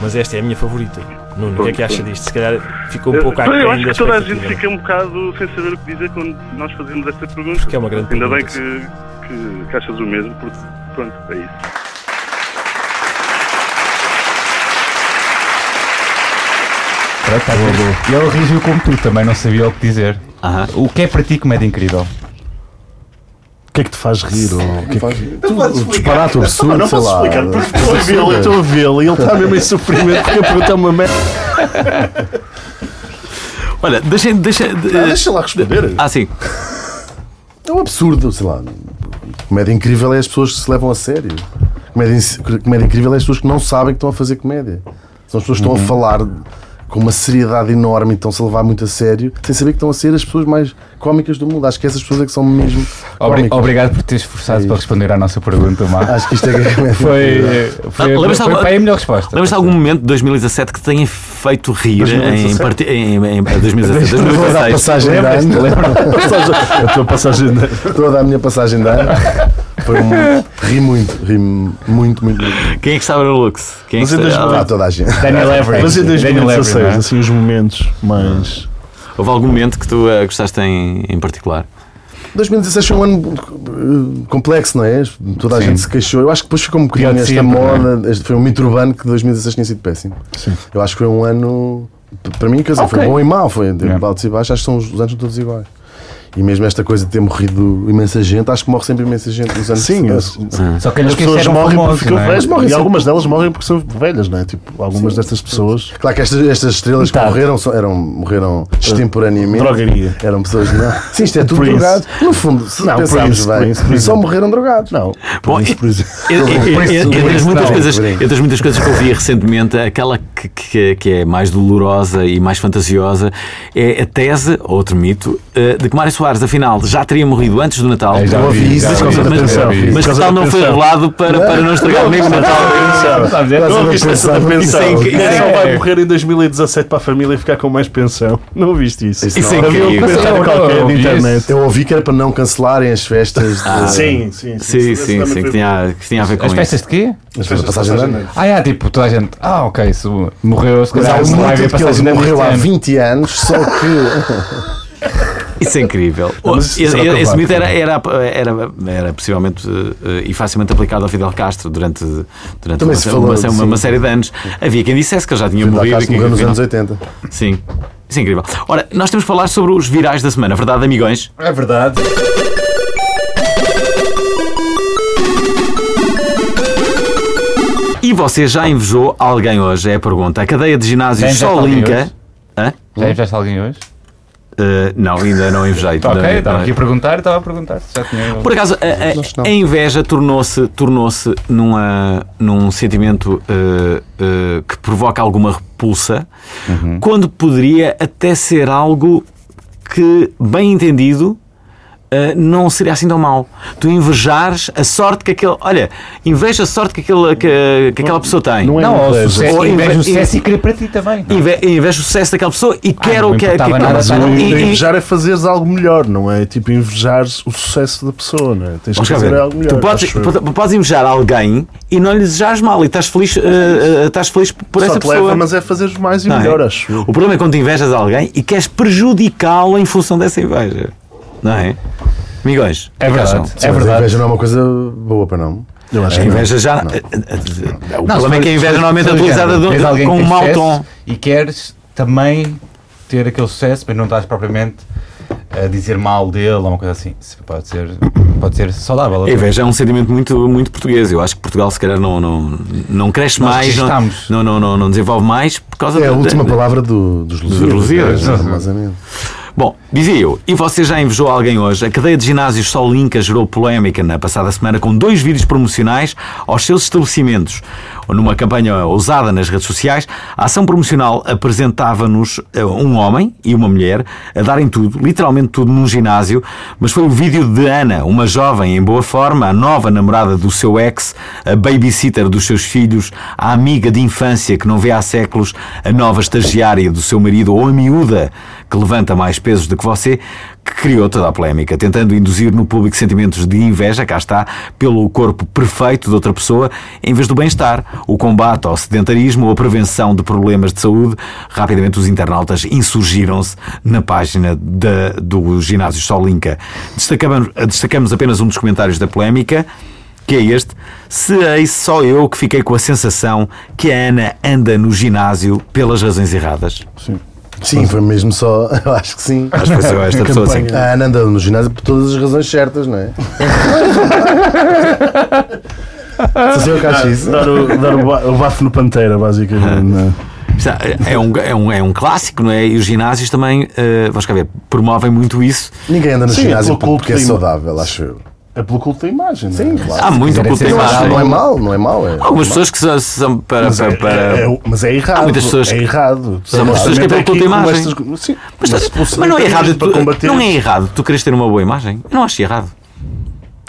[SPEAKER 5] mas esta é a minha favorita. Nuno, o que é que acha disto? Se calhar ficou um pouco
[SPEAKER 6] Ah,
[SPEAKER 5] aquém
[SPEAKER 6] eu acho
[SPEAKER 5] da
[SPEAKER 6] que toda a gente
[SPEAKER 5] expectativa.
[SPEAKER 6] fica um bocado sem saber o que dizer quando nós fazemos esta pergunta.
[SPEAKER 5] Porque é uma grande
[SPEAKER 6] Ainda bem
[SPEAKER 5] pergunta.
[SPEAKER 6] que, que, que achas o mesmo, porque pronto, é isso.
[SPEAKER 3] Pronto, está bom. E ele reagiu como tu, também não sabia o que dizer.
[SPEAKER 1] Aham.
[SPEAKER 3] O que é para ti comédia incrível?
[SPEAKER 2] O que é que te faz rir? Ou, o que é que...
[SPEAKER 4] Tu, disparate, o absurdo, sei lá.
[SPEAKER 2] estou a vê-lo, eu estou a vê-lo e ele é está mesmo em sofrimento porque a pergunta é uma merda.
[SPEAKER 1] Olha, deixem. Deixa,
[SPEAKER 2] Ah, Deixa lá responder.
[SPEAKER 1] Ah, sim.
[SPEAKER 4] É um É absurdo, sei lá. Comédia incrível é as pessoas que se levam a sério. Comédia, in- comédia incrível é as pessoas que não sabem que estão a fazer comédia. São as pessoas que estão
[SPEAKER 2] Uhum.
[SPEAKER 4] a falar com uma seriedade enorme e estão-se a levar muito a sério, sem saber que estão a ser as pessoas mais cómicas do mundo. Acho que essas pessoas é que são mesmo
[SPEAKER 3] Obri-
[SPEAKER 4] cómicas.
[SPEAKER 3] obrigado por teres esforçado
[SPEAKER 4] É
[SPEAKER 3] para
[SPEAKER 4] isso.
[SPEAKER 3] responder à nossa pergunta, Marcos.
[SPEAKER 4] Acho que isto é que
[SPEAKER 2] [laughs]
[SPEAKER 4] é comédia.
[SPEAKER 3] [laughs] Foi, eh, foi,
[SPEAKER 1] Ah,
[SPEAKER 3] foi,
[SPEAKER 1] lembras-te alguma-
[SPEAKER 3] para aí a melhor resposta.
[SPEAKER 1] Tá, Lembras-te de algum momento de 2017 que te tenha feito rir em,
[SPEAKER 4] 2017?
[SPEAKER 1] parti- em, em, em 2017?
[SPEAKER 4] Estou a dar
[SPEAKER 1] 2016.
[SPEAKER 4] passagem de ano. [laughs]
[SPEAKER 2] A tua passagem de...
[SPEAKER 4] Estou a dar a minha passagem de ano. Foi um... Ri muito, ri muito, muito, muito. muito.
[SPEAKER 1] Quem é que estava no Lux? Quem é que
[SPEAKER 2] Mas em
[SPEAKER 1] estava...
[SPEAKER 4] Ah, toda a gente.
[SPEAKER 3] Daniel Everett.
[SPEAKER 2] Mas em
[SPEAKER 3] Daniel Everett,
[SPEAKER 2] 2016,
[SPEAKER 3] não é?
[SPEAKER 2] assim, os momentos mais.
[SPEAKER 1] Houve algum momento que tu eh, gostaste em, em particular?
[SPEAKER 4] 2016 foi um ano eh, complexo, não é? Toda a
[SPEAKER 3] Sim.
[SPEAKER 4] gente se queixou. Eu acho que depois ficou um bocadinho
[SPEAKER 3] Pior de
[SPEAKER 4] esta
[SPEAKER 3] sempre,
[SPEAKER 4] moda. este- foi um mito urbano que 2016 tinha sido péssimo.
[SPEAKER 2] é? Sim.
[SPEAKER 4] Eu acho que foi um ano. p- Para mim, quer dizer, foi
[SPEAKER 3] Ok.
[SPEAKER 4] bom e mau. Foi de
[SPEAKER 3] Yeah.
[SPEAKER 4] altos e baixos. Acho que são os, os anos todos iguais. E mesmo esta coisa de ter morrido imensa gente, acho que morre sempre imensa gente nos anos
[SPEAKER 2] Sim,
[SPEAKER 4] seguintes.
[SPEAKER 3] Só que eles
[SPEAKER 2] As pessoas morrem porque
[SPEAKER 3] esqueceram
[SPEAKER 2] um
[SPEAKER 3] famosos,
[SPEAKER 2] ficam
[SPEAKER 3] não é?
[SPEAKER 2] velhas.
[SPEAKER 4] Morrem
[SPEAKER 2] e um-
[SPEAKER 4] sempre.
[SPEAKER 2] algumas delas morrem porque são velhas, não é? Tipo, algumas destas pessoas.
[SPEAKER 4] Claro que estas, estas estrelas que
[SPEAKER 2] Tá.
[SPEAKER 4] morreram são- eram, morreram extemporaneamente.
[SPEAKER 2] Drogaria.
[SPEAKER 4] Eram pessoas não. Sim, isto é tudo
[SPEAKER 2] Prince.
[SPEAKER 4] drogado. No fundo, se
[SPEAKER 2] Não,
[SPEAKER 4] pensarmos
[SPEAKER 2] Prince,
[SPEAKER 4] bem,
[SPEAKER 2] Prince, Prince.
[SPEAKER 4] só morreram drogados.
[SPEAKER 2] Não.
[SPEAKER 1] Bom,
[SPEAKER 2] Por isso, por exemplo.
[SPEAKER 1] E- e- e- Entre as muitas
[SPEAKER 4] Não,
[SPEAKER 1] coisas-
[SPEAKER 4] brinco.
[SPEAKER 1] entre as muitas coisas que eu vi recentemente, aquela que, que- que é mais dolorosa e mais fantasiosa é a tese, outro mito, eh, de que Mário Soares, afinal, já teria morrido antes do Natal.
[SPEAKER 3] É, já
[SPEAKER 4] Eu ouvi
[SPEAKER 3] vi,
[SPEAKER 4] isso,
[SPEAKER 3] já
[SPEAKER 4] mas
[SPEAKER 3] vi,
[SPEAKER 4] com
[SPEAKER 3] já
[SPEAKER 1] certeza.
[SPEAKER 3] vi.
[SPEAKER 1] Mas que tal não foi revelado para, para não estragar nem o Natal?
[SPEAKER 3] Sabes, é-
[SPEAKER 2] Não ouviste essa da pensão.
[SPEAKER 1] Isso é
[SPEAKER 2] Quem
[SPEAKER 1] incrível.
[SPEAKER 2] só vai morrer em 2017 para a família e ficar com mais pensão. Não ouviste isso?
[SPEAKER 4] Isso
[SPEAKER 1] Isso é
[SPEAKER 4] não.
[SPEAKER 2] Havia um
[SPEAKER 1] incrível.
[SPEAKER 2] comentário
[SPEAKER 3] Não,
[SPEAKER 2] qualquer
[SPEAKER 3] não,
[SPEAKER 2] na
[SPEAKER 3] ouvi
[SPEAKER 2] internet.
[SPEAKER 4] Eu ouvi que era para não cancelarem as festas de,
[SPEAKER 2] Ah. Sim, sim,
[SPEAKER 1] Ah, Sim, sim, sim, que tinha, que tinha a ver com
[SPEAKER 3] As
[SPEAKER 1] isso.
[SPEAKER 3] festas de quê?
[SPEAKER 4] as festas de passagem de ano.
[SPEAKER 3] Ah, é, tipo, toda a gente. Ah, ok, isso morreu. Se
[SPEAKER 4] Mas há
[SPEAKER 3] calhar
[SPEAKER 4] um
[SPEAKER 3] não vai
[SPEAKER 4] mito
[SPEAKER 3] haver
[SPEAKER 4] de que eles
[SPEAKER 3] passagem de ano
[SPEAKER 4] morreu
[SPEAKER 3] este
[SPEAKER 4] há
[SPEAKER 3] ano.
[SPEAKER 4] 20 anos, só
[SPEAKER 1] [laughs]
[SPEAKER 4] que
[SPEAKER 1] Isso
[SPEAKER 3] [laughs]
[SPEAKER 1] é incrível.
[SPEAKER 2] mas isso
[SPEAKER 1] esse
[SPEAKER 2] será
[SPEAKER 1] esse
[SPEAKER 2] provável.
[SPEAKER 1] mito era, era, era, era possivelmente eh, eh, e facilmente aplicado ao Fidel Castro durante, durante
[SPEAKER 4] Também
[SPEAKER 1] uma,
[SPEAKER 4] se
[SPEAKER 1] uma-
[SPEAKER 4] falou,
[SPEAKER 1] uma- uma
[SPEAKER 4] sim.
[SPEAKER 1] série de anos. Havia quem dissesse que ele já tinha
[SPEAKER 4] Fidel
[SPEAKER 1] morrido. e
[SPEAKER 4] Castro
[SPEAKER 1] que-
[SPEAKER 4] morreu nos
[SPEAKER 1] afinal-
[SPEAKER 4] anos 80.
[SPEAKER 1] Sim. Isso é incrível. Ora, nós temos de falar sobre os virais da semana, verdade, amigões?
[SPEAKER 4] É verdade.
[SPEAKER 1] E você já invejou alguém hoje? É a pergunta. A cadeia de ginásios
[SPEAKER 3] Quem já
[SPEAKER 1] só
[SPEAKER 3] está
[SPEAKER 1] linka.
[SPEAKER 3] hoje?
[SPEAKER 1] Hã?
[SPEAKER 3] Já investe alguém hoje?
[SPEAKER 1] Eh, não, ainda não invejei.
[SPEAKER 3] [laughs]
[SPEAKER 1] Não,
[SPEAKER 3] Ok,
[SPEAKER 1] não.
[SPEAKER 3] estava aqui a perguntar, estava a perguntar se já tinha.
[SPEAKER 1] Por acaso,
[SPEAKER 4] Nós
[SPEAKER 1] a-
[SPEAKER 4] não.
[SPEAKER 1] a, a inveja tornou-se tornou se numa, num sentimento eh, eh, que provoca alguma repulsa,
[SPEAKER 3] Uhum.
[SPEAKER 1] quando poderia até ser algo que, bem entendido, eh, não seria assim tão mau. Tu invejares a sorte que aquele. Olha, inveja a sorte que, aquele, que, que aquela pessoa tem.
[SPEAKER 2] Não é
[SPEAKER 3] Não, ou o
[SPEAKER 2] inveja.
[SPEAKER 3] sucesso,
[SPEAKER 1] Ou
[SPEAKER 3] inveja
[SPEAKER 1] inve-
[SPEAKER 3] o sucesso e querer para ti também.
[SPEAKER 1] Inve- Invejo o sucesso daquela pessoa e quero
[SPEAKER 3] não
[SPEAKER 1] que, que,
[SPEAKER 3] importava
[SPEAKER 1] aquela
[SPEAKER 3] nada,
[SPEAKER 2] Mas o
[SPEAKER 1] pessoa-
[SPEAKER 3] não.
[SPEAKER 1] e- e-
[SPEAKER 2] invejar é fazeres algo melhor, não é? Tipo, invejares o sucesso da pessoa, não é? Tens que
[SPEAKER 1] Vamos cá
[SPEAKER 2] fazer
[SPEAKER 1] ver.
[SPEAKER 2] algo melhor.
[SPEAKER 1] tu podes,
[SPEAKER 2] acho eu.
[SPEAKER 1] po- podes invejar alguém e não lhe desejares mal e estás feliz, eh, eh, estás feliz por
[SPEAKER 2] Só
[SPEAKER 1] essa
[SPEAKER 2] te
[SPEAKER 1] pessoa.
[SPEAKER 2] leva, mas é fazeres mais e
[SPEAKER 1] Não é?
[SPEAKER 2] melhor, acho eu.
[SPEAKER 1] O problema é quando tu invejas alguém e queres prejudicá-lo em função dessa inveja. Não é? Amigões,
[SPEAKER 3] É verdade, é
[SPEAKER 4] Mas a
[SPEAKER 3] verdade.
[SPEAKER 4] inveja não é uma coisa boa para não. É
[SPEAKER 2] Eu acho
[SPEAKER 1] A
[SPEAKER 2] que não.
[SPEAKER 1] inveja já. eh, eh, O problema é que a inveja normalmente é utilizada de- com um mau tom.
[SPEAKER 3] E queres também ter aquele sucesso, mas não estás propriamente a dizer mal dele ou uma coisa assim. Isso Pode ser, pode ser saudável.
[SPEAKER 1] A inveja é um sentimento muito, muito português. Eu acho que Portugal, se calhar, não, não, não cresce
[SPEAKER 3] Nós
[SPEAKER 1] mais, não,
[SPEAKER 3] estamos.
[SPEAKER 1] não, não, não, não desenvolve mais por causa
[SPEAKER 4] É
[SPEAKER 1] da-
[SPEAKER 4] a
[SPEAKER 1] da-
[SPEAKER 4] última
[SPEAKER 1] da-
[SPEAKER 4] palavra do- dos
[SPEAKER 1] Lusíadas.
[SPEAKER 4] Lusíadas. é, famosamente.
[SPEAKER 1] Bom, dizia eu, e você já invejou alguém hoje? A cadeia de ginásios Sol Inca gerou polémica na passada semana com dois vídeos promocionais aos seus estabelecimentos. Numa campanha ousada nas redes sociais, a ação promocional apresentava-nos eh, um homem e uma mulher a darem tudo, literalmente tudo, num ginásio, mas foi o vídeo de Ana, uma jovem em boa forma, a nova namorada do seu ex, a babysitter dos seus filhos, a amiga de infância que não vê há séculos, a nova estagiária do seu marido ou a miúda que levanta mais pesos do que você, que criou toda a polémica, tentando induzir no público sentimentos de inveja, cá está, pelo corpo perfeito de outra pessoa, em vez do bem-estar, o combate ao sedentarismo ou a prevenção de problemas de saúde. Rapidamente, os internautas insurgiram-se na página da- do ginásio Solinka. Destacamos, destacamos apenas um dos comentários da polémica. Que é este? Serei só eu que fiquei com a sensação que a Ana anda no ginásio pelas razões erradas.
[SPEAKER 4] Sim, foi mesmo só. [laughs] Eu acho que sim.
[SPEAKER 1] Acho que foi só esta pessoa assim.
[SPEAKER 4] A Ana anda no ginásio por todas as razões certas,
[SPEAKER 2] [laughs]
[SPEAKER 4] não é? Só sei eu que acho isso.
[SPEAKER 2] Dar, o, dar o, ba- o bafo no Pantera, basicamente. não é?
[SPEAKER 1] Está- É um, é, um, é um clássico, não é? E os ginásios também, eh, vamos cá ver, promovem muito isso.
[SPEAKER 4] Ninguém anda no
[SPEAKER 2] Sim,
[SPEAKER 4] ginásio
[SPEAKER 2] pelo
[SPEAKER 4] porque,
[SPEAKER 2] culto
[SPEAKER 4] porque é
[SPEAKER 2] tem-
[SPEAKER 4] saudável, acho eu.
[SPEAKER 2] É pelo culto da imagem,
[SPEAKER 4] Sim,
[SPEAKER 2] não é?
[SPEAKER 4] claro.
[SPEAKER 1] Há muito
[SPEAKER 3] quiserem
[SPEAKER 1] culto
[SPEAKER 3] ser
[SPEAKER 1] em
[SPEAKER 4] Eu acho que
[SPEAKER 1] imagem.
[SPEAKER 4] não é mau, não é mau. É
[SPEAKER 1] Algumas pessoas que são, são para.
[SPEAKER 2] Mas
[SPEAKER 1] para,
[SPEAKER 2] é,
[SPEAKER 1] para-
[SPEAKER 4] um
[SPEAKER 2] é- é- mas é errado.
[SPEAKER 1] muitas pessoas
[SPEAKER 2] É
[SPEAKER 1] que-
[SPEAKER 2] errado.
[SPEAKER 1] São muitas pessoas que têm
[SPEAKER 2] Aqui
[SPEAKER 1] culto da
[SPEAKER 2] com
[SPEAKER 1] imagem.
[SPEAKER 2] estas- Sim,
[SPEAKER 1] Mas,
[SPEAKER 2] se fosse-
[SPEAKER 1] mas não é
[SPEAKER 2] tem
[SPEAKER 1] errado.
[SPEAKER 2] gente para
[SPEAKER 1] Tu,
[SPEAKER 2] combater
[SPEAKER 1] não é
[SPEAKER 2] isso.
[SPEAKER 1] errado. Tu queres ter uma boa imagem? Eu não acho errado.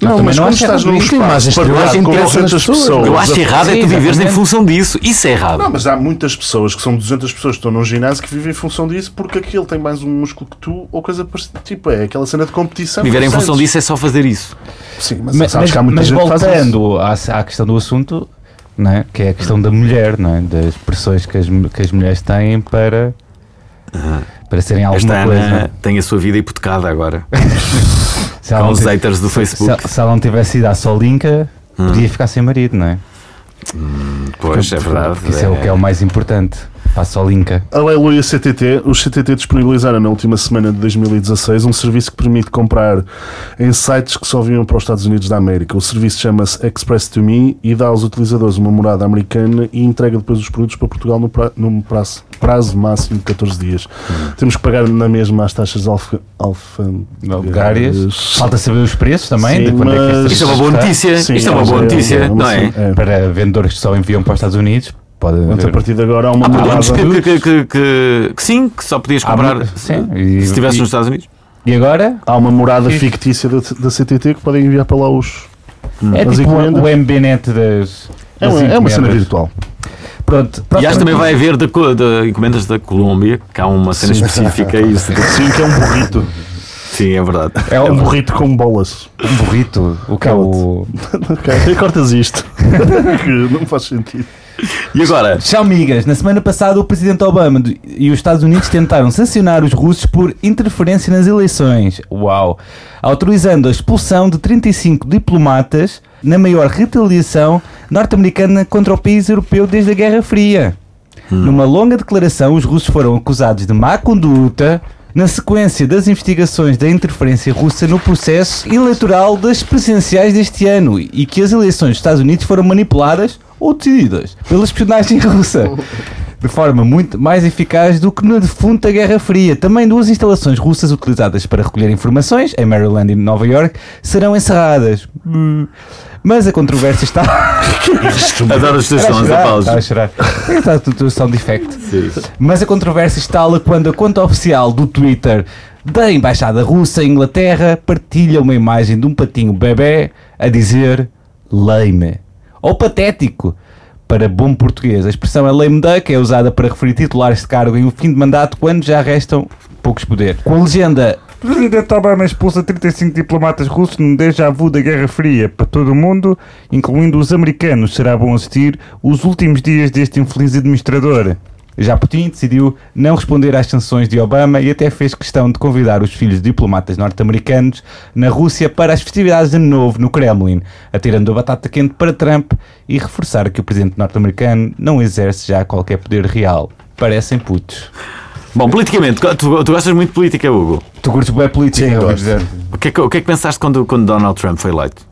[SPEAKER 2] Não,
[SPEAKER 3] também
[SPEAKER 2] mas
[SPEAKER 3] não
[SPEAKER 2] quando
[SPEAKER 3] acho
[SPEAKER 2] estás
[SPEAKER 3] errado.
[SPEAKER 2] num
[SPEAKER 3] Ninguém tem
[SPEAKER 2] espaço
[SPEAKER 3] imagens
[SPEAKER 2] partilhado
[SPEAKER 4] privadas que
[SPEAKER 2] com
[SPEAKER 4] interessam nas
[SPEAKER 2] 200
[SPEAKER 4] pessoas.
[SPEAKER 2] pessoas.
[SPEAKER 1] Eu acho errado é
[SPEAKER 3] sim,
[SPEAKER 1] tu viveres em
[SPEAKER 3] exatamente.
[SPEAKER 1] função disso. Isso é errado.
[SPEAKER 2] Não, Ah, mas há muitas pessoas que são 200 pessoas que estão num ginásio que vivem em função disso porque aquele tem mais um músculo que tu ou coisa parecida. Tipo, é aquela cena de competição.
[SPEAKER 1] Viver em função
[SPEAKER 2] Sabes?
[SPEAKER 1] disso é só fazer isso.
[SPEAKER 2] Sim, mas,
[SPEAKER 3] Mas,
[SPEAKER 2] sabes
[SPEAKER 3] mas,
[SPEAKER 2] que há muita
[SPEAKER 3] mas
[SPEAKER 2] gente que faz isso.
[SPEAKER 3] voltando à, à questão do assunto, não é? que é a questão da mulher, não é? das pressões que as, mu- que as mulheres têm para, para serem
[SPEAKER 1] Esta
[SPEAKER 3] alguma
[SPEAKER 1] Ana
[SPEAKER 3] coisa. não é?
[SPEAKER 1] tem a sua vida hipotecada agora.
[SPEAKER 3] Se ela
[SPEAKER 1] Com
[SPEAKER 3] não
[SPEAKER 1] os
[SPEAKER 3] tivesse-
[SPEAKER 1] haters do Facebook. Hum.
[SPEAKER 3] Se, se ela não tivesse ido à Solinka, podia ficar sem marido, não é?
[SPEAKER 1] Pois, é verdade.
[SPEAKER 3] Porque isso é, o que é o mais importante. Para a Solinka.
[SPEAKER 2] Aleluia CTT. Os CTT disponibilizaram na última semana de 2016 um serviço que permite comprar em sites que só vinham para os Estados Unidos da América. O serviço chama-se Express to Me e dá aos utilizadores uma morada americana e entrega depois os produtos para Portugal no, pra- num prazo, prazo máximo de 14 dias.
[SPEAKER 4] Hum.
[SPEAKER 2] Temos que pagar na mesma as taxas alfa,
[SPEAKER 3] Bulgárias.
[SPEAKER 2] alfandegárias.
[SPEAKER 3] Falta saber os preços também.
[SPEAKER 2] Sim,
[SPEAKER 3] de quando é que
[SPEAKER 2] mas-
[SPEAKER 3] esta
[SPEAKER 1] Isto é uma boa
[SPEAKER 3] está.
[SPEAKER 1] notícia.
[SPEAKER 2] Sim,
[SPEAKER 1] Isto é uma boa
[SPEAKER 2] mas
[SPEAKER 1] notícia, não é?
[SPEAKER 2] é.
[SPEAKER 3] Para vendedores que só enviam para os Estados Unidos. Pode
[SPEAKER 2] Portanto, a
[SPEAKER 3] haver-
[SPEAKER 2] partir de agora há uma
[SPEAKER 1] Produtos
[SPEAKER 2] morada.
[SPEAKER 1] que, que- que- que- que sim, que só podias
[SPEAKER 3] Há
[SPEAKER 1] comprar
[SPEAKER 3] muito- Ah, sim,
[SPEAKER 1] se
[SPEAKER 3] e-
[SPEAKER 1] estivesse
[SPEAKER 3] e-
[SPEAKER 1] nos Estados Unidos.
[SPEAKER 3] E agora?
[SPEAKER 2] Há uma morada
[SPEAKER 3] Sim.
[SPEAKER 2] fictícia da, da CTT que podem enviar para lá os.
[SPEAKER 3] É
[SPEAKER 2] Mas
[SPEAKER 3] tipo
[SPEAKER 2] Hum. encomendas-
[SPEAKER 3] o MBNet das.
[SPEAKER 2] É uma,
[SPEAKER 3] das
[SPEAKER 2] é uma cena
[SPEAKER 3] encomendas.
[SPEAKER 2] virtual.
[SPEAKER 3] Pronto, pronto.
[SPEAKER 1] E acho que também vai haver de, co- de encomendas da Colômbia, que há uma cena específica. Isso.
[SPEAKER 2] Sim, que é um burrito.
[SPEAKER 1] Sim, é verdade.
[SPEAKER 3] É
[SPEAKER 2] É um
[SPEAKER 3] um
[SPEAKER 2] burrito com bolas.
[SPEAKER 3] burrito. O que é o.
[SPEAKER 2] Ok, cortas [laughs] isto. que não faz sentido.
[SPEAKER 3] [laughs]
[SPEAKER 1] E agora?
[SPEAKER 3] Tchau, amigas. Na semana passada, o presidente Obama do- e os Estados Unidos tentaram sancionar os russos por interferência nas eleições. Uau! Autorizando a expulsão de 35 diplomatas na maior retaliação norte-americana contra o país europeu desde a Guerra Fria. Numa longa declaração, os russos foram acusados de má conduta na sequência das investigações da interferência russa no processo eleitoral das presidenciais deste ano e que as eleições dos Estados Unidos foram manipuladas ou decididas pela espionagem [laughs] russa. De forma muito mais eficaz do que na defunta Guerra Fria. Também duas instalações russas utilizadas para recolher informações, em Maryland e Nova York, serão encerradas. Hum. Mas a controvérsia está.
[SPEAKER 1] Adoro os teus sons, aplausos.
[SPEAKER 3] Está a chorar. Está tudo sound effect. Mas a controvérsia instala quando a conta oficial do Twitter da Embaixada Russa em Inglaterra partilha uma imagem de um patinho bebê a dizer lame. Ou patético. Para bom português, a expressão é lame duck é usada para referir titulares de cargo em um fim de mandato quando já restam poucos poder. Com a legenda Presidente Obama expulsa 35 diplomatas russos num déjà vu da Guerra Fria para todo o mundo, incluindo os americanos. Será bom assistir os últimos dias deste infeliz administrador. Já Putin decidiu não responder às sanções de Obama e até fez questão de convidar os filhos de diplomatas norte-americanos na Rússia para as festividades de Ano Novo no Kremlin, atirando a batata quente para Trump e reforçar que o presidente norte-americano não exerce já qualquer poder real. Parecem putos.
[SPEAKER 1] Bom, politicamente, tu, tu gostas muito de política, Hugo.
[SPEAKER 3] Tu curtes bem política,
[SPEAKER 4] Sim,
[SPEAKER 3] eu ouvi
[SPEAKER 4] gosto.
[SPEAKER 3] dizer.
[SPEAKER 1] O que é que, o que, é que pensaste quando, quando Donald Trump foi eleito?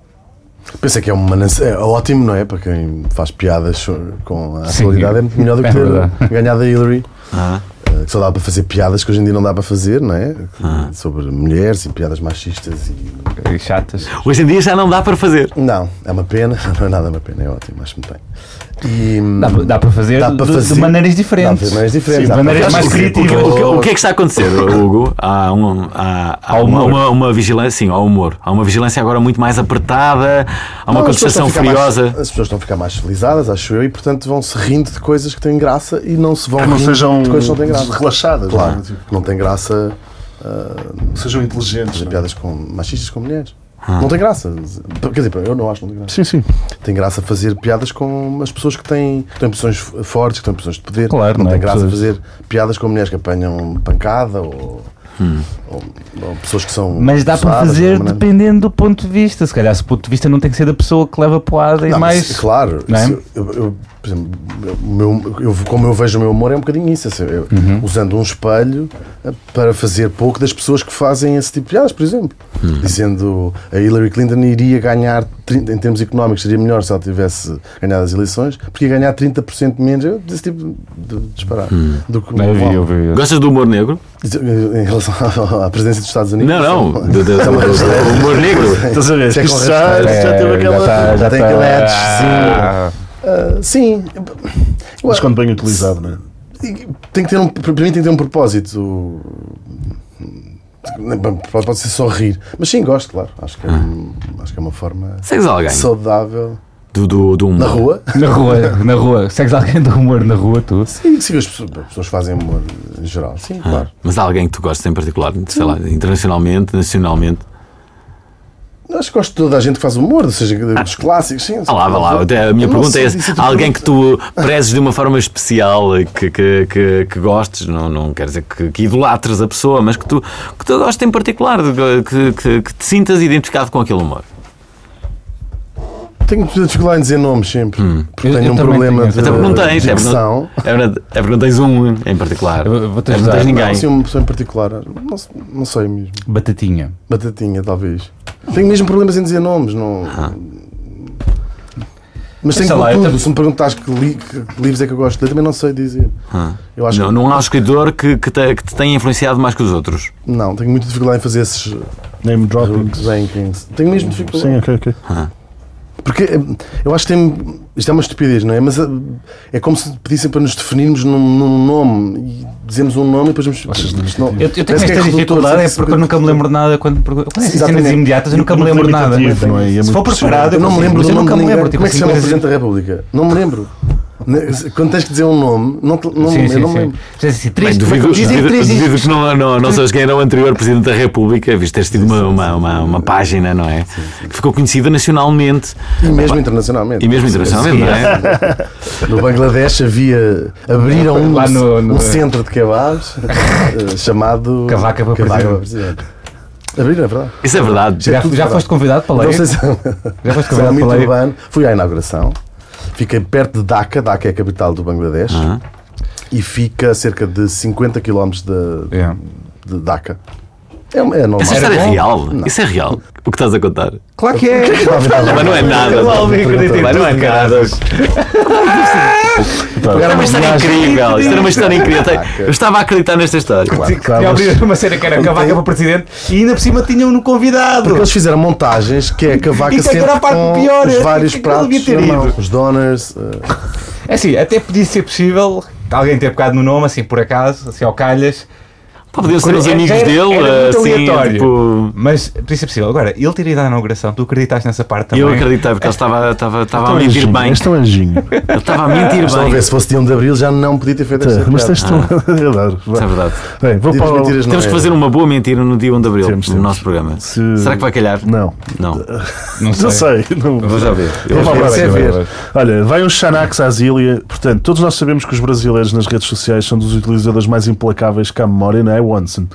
[SPEAKER 4] Pensei que é, um mananci- é ótimo, não é? Para quem faz piadas com a
[SPEAKER 3] Sim,
[SPEAKER 4] atualidade é muito melhor do que
[SPEAKER 3] é
[SPEAKER 4] ter
[SPEAKER 3] verdade.
[SPEAKER 4] ganhado a Hillary.
[SPEAKER 1] Ah,
[SPEAKER 4] eh, Que só dá para fazer piadas que hoje em dia não dá para fazer, não é?
[SPEAKER 3] Ah.
[SPEAKER 4] Sobre mulheres e piadas machistas e.
[SPEAKER 3] E É chatas.
[SPEAKER 1] Hoje em dia já não dá para fazer.
[SPEAKER 4] Não, é uma pena, [laughs] não é nada uma pena, é ótimo, acho muito bem. E,
[SPEAKER 3] Dá, pra- dá para fazer,
[SPEAKER 4] Dá
[SPEAKER 3] de-
[SPEAKER 4] pra
[SPEAKER 3] de-
[SPEAKER 4] fazer.
[SPEAKER 3] de maneiras
[SPEAKER 4] Dá
[SPEAKER 3] diferentes.
[SPEAKER 4] para maneiras diferentes,
[SPEAKER 3] Sim,
[SPEAKER 4] dá para
[SPEAKER 3] maneiras mais
[SPEAKER 4] fazer
[SPEAKER 1] O que,
[SPEAKER 3] criativas.
[SPEAKER 1] o que- o que é que está a acontecer, Hugo? Há, um, há, há
[SPEAKER 3] Ao
[SPEAKER 1] uma,
[SPEAKER 3] humor.
[SPEAKER 1] uma- uma vigilância, sim, ao humor. Há uma vigilância agora muito mais apertada, há uma
[SPEAKER 4] Não, as pessoas estão
[SPEAKER 1] contestação
[SPEAKER 4] a ficar mais-
[SPEAKER 1] furiosa.
[SPEAKER 4] as pessoas estão a ficar mais civilizadas, acho eu, e portanto vão-se rindo de coisas que têm graça e não se vão
[SPEAKER 2] Que não
[SPEAKER 4] rindo
[SPEAKER 2] sejam
[SPEAKER 4] de coisas que não têm graça.
[SPEAKER 2] relaxadas.
[SPEAKER 4] Claro,
[SPEAKER 2] não é? Tipo,
[SPEAKER 4] que não tem graça
[SPEAKER 2] que sejam inteligentes.
[SPEAKER 4] fazer
[SPEAKER 2] não é?
[SPEAKER 4] piadas com machistas com mulheres.
[SPEAKER 3] Ah.
[SPEAKER 4] Não tem graça. Quer dizer, eu não acho que não tem graça.
[SPEAKER 2] Sim, sim.
[SPEAKER 4] Tem graça fazer piadas com as pessoas que têm, que têm posições f- fortes, que têm posições de poder.
[SPEAKER 3] Claro,
[SPEAKER 4] não
[SPEAKER 3] não é?
[SPEAKER 4] tem graça
[SPEAKER 3] Pessoas-
[SPEAKER 4] fazer piadas com mulheres que apanham pancada ou, ou- ou pessoas que são.
[SPEAKER 3] Hum. Mas dá para
[SPEAKER 4] abusadas,
[SPEAKER 3] fazer
[SPEAKER 4] de alguma maneira.
[SPEAKER 3] dependendo do ponto de vista. Se calhar, se o ponto de vista não tem que ser da pessoa que leva a poada e
[SPEAKER 4] Não, mas,
[SPEAKER 3] mais.
[SPEAKER 4] claro,
[SPEAKER 3] não é?
[SPEAKER 4] isso- eu, eu, por exemplo, o meu- eu- como eu vejo o meu humor é um bocadinho isso, assim,
[SPEAKER 3] Uhum.
[SPEAKER 4] eu- usando um espelho eh, para fazer pouco das pessoas que fazem esse tipo de piadas, por exemplo.
[SPEAKER 3] Uhum.
[SPEAKER 4] dizendo a Hillary Clinton iria ganhar, 30 em termos económicos, seria melhor se ela tivesse ganhado as eleições, porque ia ganhar 30% menos, eu- desse tipo de disparar. Do que o
[SPEAKER 3] Uhum. Eu vi,
[SPEAKER 4] Obama.
[SPEAKER 3] eu vi.
[SPEAKER 1] Gostas do humor negro?
[SPEAKER 4] Em relação [laughs] à- à presidência dos Estados Unidos?
[SPEAKER 1] Não, não. Do, do- do- do humor negro.
[SPEAKER 2] Estás a ver?
[SPEAKER 4] Isso é com
[SPEAKER 2] Isto já,
[SPEAKER 4] respeito.
[SPEAKER 2] isto já teve
[SPEAKER 3] É,
[SPEAKER 2] aquela.
[SPEAKER 3] tá-
[SPEAKER 4] já tem aquele é edgezinho.
[SPEAKER 3] tá-
[SPEAKER 4] Ah, sim,
[SPEAKER 2] Mas quando bem utilizado, não é?
[SPEAKER 4] tem que ter um, para mim tem que ter um propósito. Pode pode ser só rir. Mas sim, gosto, claro. Acho que é, um-
[SPEAKER 1] Ah.
[SPEAKER 4] acho que é uma forma
[SPEAKER 1] Segues alguém
[SPEAKER 4] saudável.
[SPEAKER 1] do, do, do humor.
[SPEAKER 4] Na rua?
[SPEAKER 3] Na rua, na rua. Segues alguém do humor na rua, tu?
[SPEAKER 4] Sim, sim, as pessoas, as pessoas fazem humor em geral. Sim,
[SPEAKER 1] Ah,
[SPEAKER 4] claro.
[SPEAKER 1] Mas há alguém que tu gostes em particular, sei lá, internacionalmente, nacionalmente.
[SPEAKER 4] Acho que gosto de toda a gente que faz humor, ou seja, dos clássicos. Sim,
[SPEAKER 1] Ah lá, vá lá. Até A minha
[SPEAKER 4] Eu não
[SPEAKER 1] pergunta
[SPEAKER 4] sei
[SPEAKER 1] é:
[SPEAKER 4] disso,
[SPEAKER 1] há alguém que tu prezes de uma forma especial eh, que, que, que, que gostes, não, não quer dizer que, que idolatres a pessoa, mas que tu, que tu gostes em particular, de- que, que, que te sintas identificado com aquele humor.
[SPEAKER 4] Tenho muita dificuldade em dizer nomes sempre.
[SPEAKER 1] Hum.
[SPEAKER 4] Porque
[SPEAKER 3] Eu-
[SPEAKER 4] tenho
[SPEAKER 3] eu
[SPEAKER 4] um
[SPEAKER 3] também
[SPEAKER 4] problema
[SPEAKER 3] tenho.
[SPEAKER 4] de.
[SPEAKER 1] Até porque não tens, é porque não,
[SPEAKER 4] dicção.
[SPEAKER 1] é verdade- é porque não tens um em particular.
[SPEAKER 3] Eu vou- vou-te
[SPEAKER 1] É porque não
[SPEAKER 3] ajudar.
[SPEAKER 1] tens
[SPEAKER 4] Não, assim,
[SPEAKER 1] ninguém.
[SPEAKER 4] uma pessoa em particular. Não, não sei mesmo.
[SPEAKER 3] Batatinha.
[SPEAKER 4] Batatinha, talvez. Tenho mesmo problemas em dizer nomes, não.
[SPEAKER 1] Ah,
[SPEAKER 4] Mas tenho
[SPEAKER 3] Sei lá,
[SPEAKER 4] com
[SPEAKER 3] eu
[SPEAKER 4] tudo.
[SPEAKER 3] tam-
[SPEAKER 4] Se me perguntares que, li- que livros é que eu gosto de ler, também não sei dizer.
[SPEAKER 1] Ah.
[SPEAKER 4] Eu acho
[SPEAKER 1] Não,
[SPEAKER 4] que.
[SPEAKER 1] não há um escritor que, que, te, que te tenha influenciado mais que os outros.
[SPEAKER 4] Não, tenho muita dificuldade em fazer esses
[SPEAKER 2] Name dropping.
[SPEAKER 4] rankings. Tenho mesmo dificuldade.
[SPEAKER 2] Sim, ok, ok.
[SPEAKER 4] Porque eh, eu acho que tem. Isto é uma estupidez, não é? Mas eh, é como se pedissem para nos definirmos num, num nome e dizemos um nome e depois vamos. isto não-
[SPEAKER 3] Eu, eu tenho
[SPEAKER 4] parece que
[SPEAKER 3] esta
[SPEAKER 4] redutor,
[SPEAKER 3] dificuldade, é
[SPEAKER 4] parece que-
[SPEAKER 3] porque eu nunca me lembro de nada quando pergunto. Quando é assim, cenas
[SPEAKER 4] Exatamente.
[SPEAKER 3] imediatas, eu nunca me
[SPEAKER 2] muito
[SPEAKER 3] lembro de nada.
[SPEAKER 2] limitativo, não é? E é
[SPEAKER 3] Se for
[SPEAKER 2] muito
[SPEAKER 3] preparado,
[SPEAKER 4] Eu não me
[SPEAKER 3] consigo,
[SPEAKER 4] lembro
[SPEAKER 3] mas
[SPEAKER 4] do
[SPEAKER 3] eu
[SPEAKER 4] nunca
[SPEAKER 3] nunca me lembro.
[SPEAKER 4] Como é que se
[SPEAKER 3] assim,
[SPEAKER 4] chama o
[SPEAKER 3] coisas
[SPEAKER 4] Presidente da República? Não me lembro. Ne- Quando tens que dizer um nome, não, te- não,
[SPEAKER 3] assim. Sim,
[SPEAKER 4] eu não
[SPEAKER 3] sim,
[SPEAKER 4] me
[SPEAKER 3] sim.
[SPEAKER 4] lembro.
[SPEAKER 3] Mas assim, três-
[SPEAKER 1] duvido,
[SPEAKER 3] como dizem,
[SPEAKER 1] duvido-
[SPEAKER 3] três-
[SPEAKER 1] duvido que não, não, não sabes quem era o anterior Presidente da República, visto teres tido uma, uma, uma, uma página, não é? Que ficou conhecida nacionalmente
[SPEAKER 4] E mesmo internacionalmente.
[SPEAKER 1] e mesmo internacionalmente, não é?
[SPEAKER 4] No Bangladesh havia. abriram um,
[SPEAKER 3] Lá no- no-
[SPEAKER 4] um centro de kebabs
[SPEAKER 3] [laughs]
[SPEAKER 4] eh, chamado.
[SPEAKER 3] Cavaca para
[SPEAKER 4] para Presidente. Abriram, é verdade.
[SPEAKER 1] Isso é verdade.
[SPEAKER 3] Já, já foste convidado para
[SPEAKER 4] Não
[SPEAKER 3] ler?
[SPEAKER 4] sei se é um
[SPEAKER 3] Já foste
[SPEAKER 4] Será
[SPEAKER 3] convidado
[SPEAKER 4] muito
[SPEAKER 3] para ler?
[SPEAKER 4] urbano. Fui à inauguração. Fiquei perto de Dhaka. Dhaka é a capital do Bangladesh.
[SPEAKER 3] Ah.
[SPEAKER 1] Aham.
[SPEAKER 4] E fica a cerca de 50 km de,
[SPEAKER 3] É.
[SPEAKER 4] de Dhaka. É, uma- é normal.
[SPEAKER 1] Essa história é
[SPEAKER 3] bom?
[SPEAKER 1] real. Isso é real. O que estás a contar?
[SPEAKER 3] Claro que é.
[SPEAKER 1] Mas não é nada. pá. Mas não é nada. Isto era uma história incrível. Isto era uma história incrível. Eu estava a acreditar nesta história.
[SPEAKER 3] [laughs] Claro, abrir uma cena que era cavaca para presidente e ainda por cima tinham no convidado.
[SPEAKER 4] Porque eles fizeram montagens que é que a vaca
[SPEAKER 3] Isso é que
[SPEAKER 4] sempre
[SPEAKER 3] era a parte
[SPEAKER 4] com
[SPEAKER 3] pior,
[SPEAKER 4] os
[SPEAKER 3] é
[SPEAKER 4] vários
[SPEAKER 3] que eu
[SPEAKER 4] pratos
[SPEAKER 3] devia ter
[SPEAKER 4] na mão.
[SPEAKER 3] ido.
[SPEAKER 4] Os donors. eh,
[SPEAKER 3] É assim, até podia ser possível alguém ter pegado no nome, assim por acaso, assim ao calhas,
[SPEAKER 1] Pá, Podiam ser
[SPEAKER 3] Quando-
[SPEAKER 1] os
[SPEAKER 3] era-
[SPEAKER 1] amigos
[SPEAKER 3] era-
[SPEAKER 1] dele,
[SPEAKER 3] era muito
[SPEAKER 1] assim,
[SPEAKER 3] aleatório.
[SPEAKER 1] tipo.
[SPEAKER 3] mas podia ser possível. Agora, ele ter ido à inauguração, tu acreditaste nessa parte também?
[SPEAKER 1] Eu acreditei, porque ele estava, estava, estava a mentir bem.
[SPEAKER 2] Este é um anjinho.
[SPEAKER 1] [laughs] Ele estava a mentir
[SPEAKER 4] Estão a ver,
[SPEAKER 1] bem.
[SPEAKER 4] se fosse dia 1 de Abril já não podia ter feito esta
[SPEAKER 2] Ah, Tá, Mas
[SPEAKER 4] piada.
[SPEAKER 2] tens
[SPEAKER 1] Ah.
[SPEAKER 2] de agradar.
[SPEAKER 1] Isso é verdade.
[SPEAKER 2] Bem, vou
[SPEAKER 4] Podíamos
[SPEAKER 2] para o...
[SPEAKER 4] mentir as
[SPEAKER 1] Temos que
[SPEAKER 4] neiras.
[SPEAKER 1] fazer uma boa mentira no dia 1 de Abril,
[SPEAKER 2] Temos,
[SPEAKER 1] no
[SPEAKER 2] temos.
[SPEAKER 1] nosso programa.
[SPEAKER 2] Se-
[SPEAKER 1] Será que vai calhar?
[SPEAKER 2] Não,
[SPEAKER 1] Não.
[SPEAKER 3] Não sei.
[SPEAKER 2] não sei. Não...
[SPEAKER 1] É. Vou já ver.
[SPEAKER 2] Vou para o
[SPEAKER 4] Esse é
[SPEAKER 2] próximo.
[SPEAKER 4] ver.
[SPEAKER 2] Olha, vai um Xanax à Zília. Portanto, todos nós sabemos que os brasileiros nas redes sociais são dos utilizadores mais implacáveis que a memória, não é, Watson?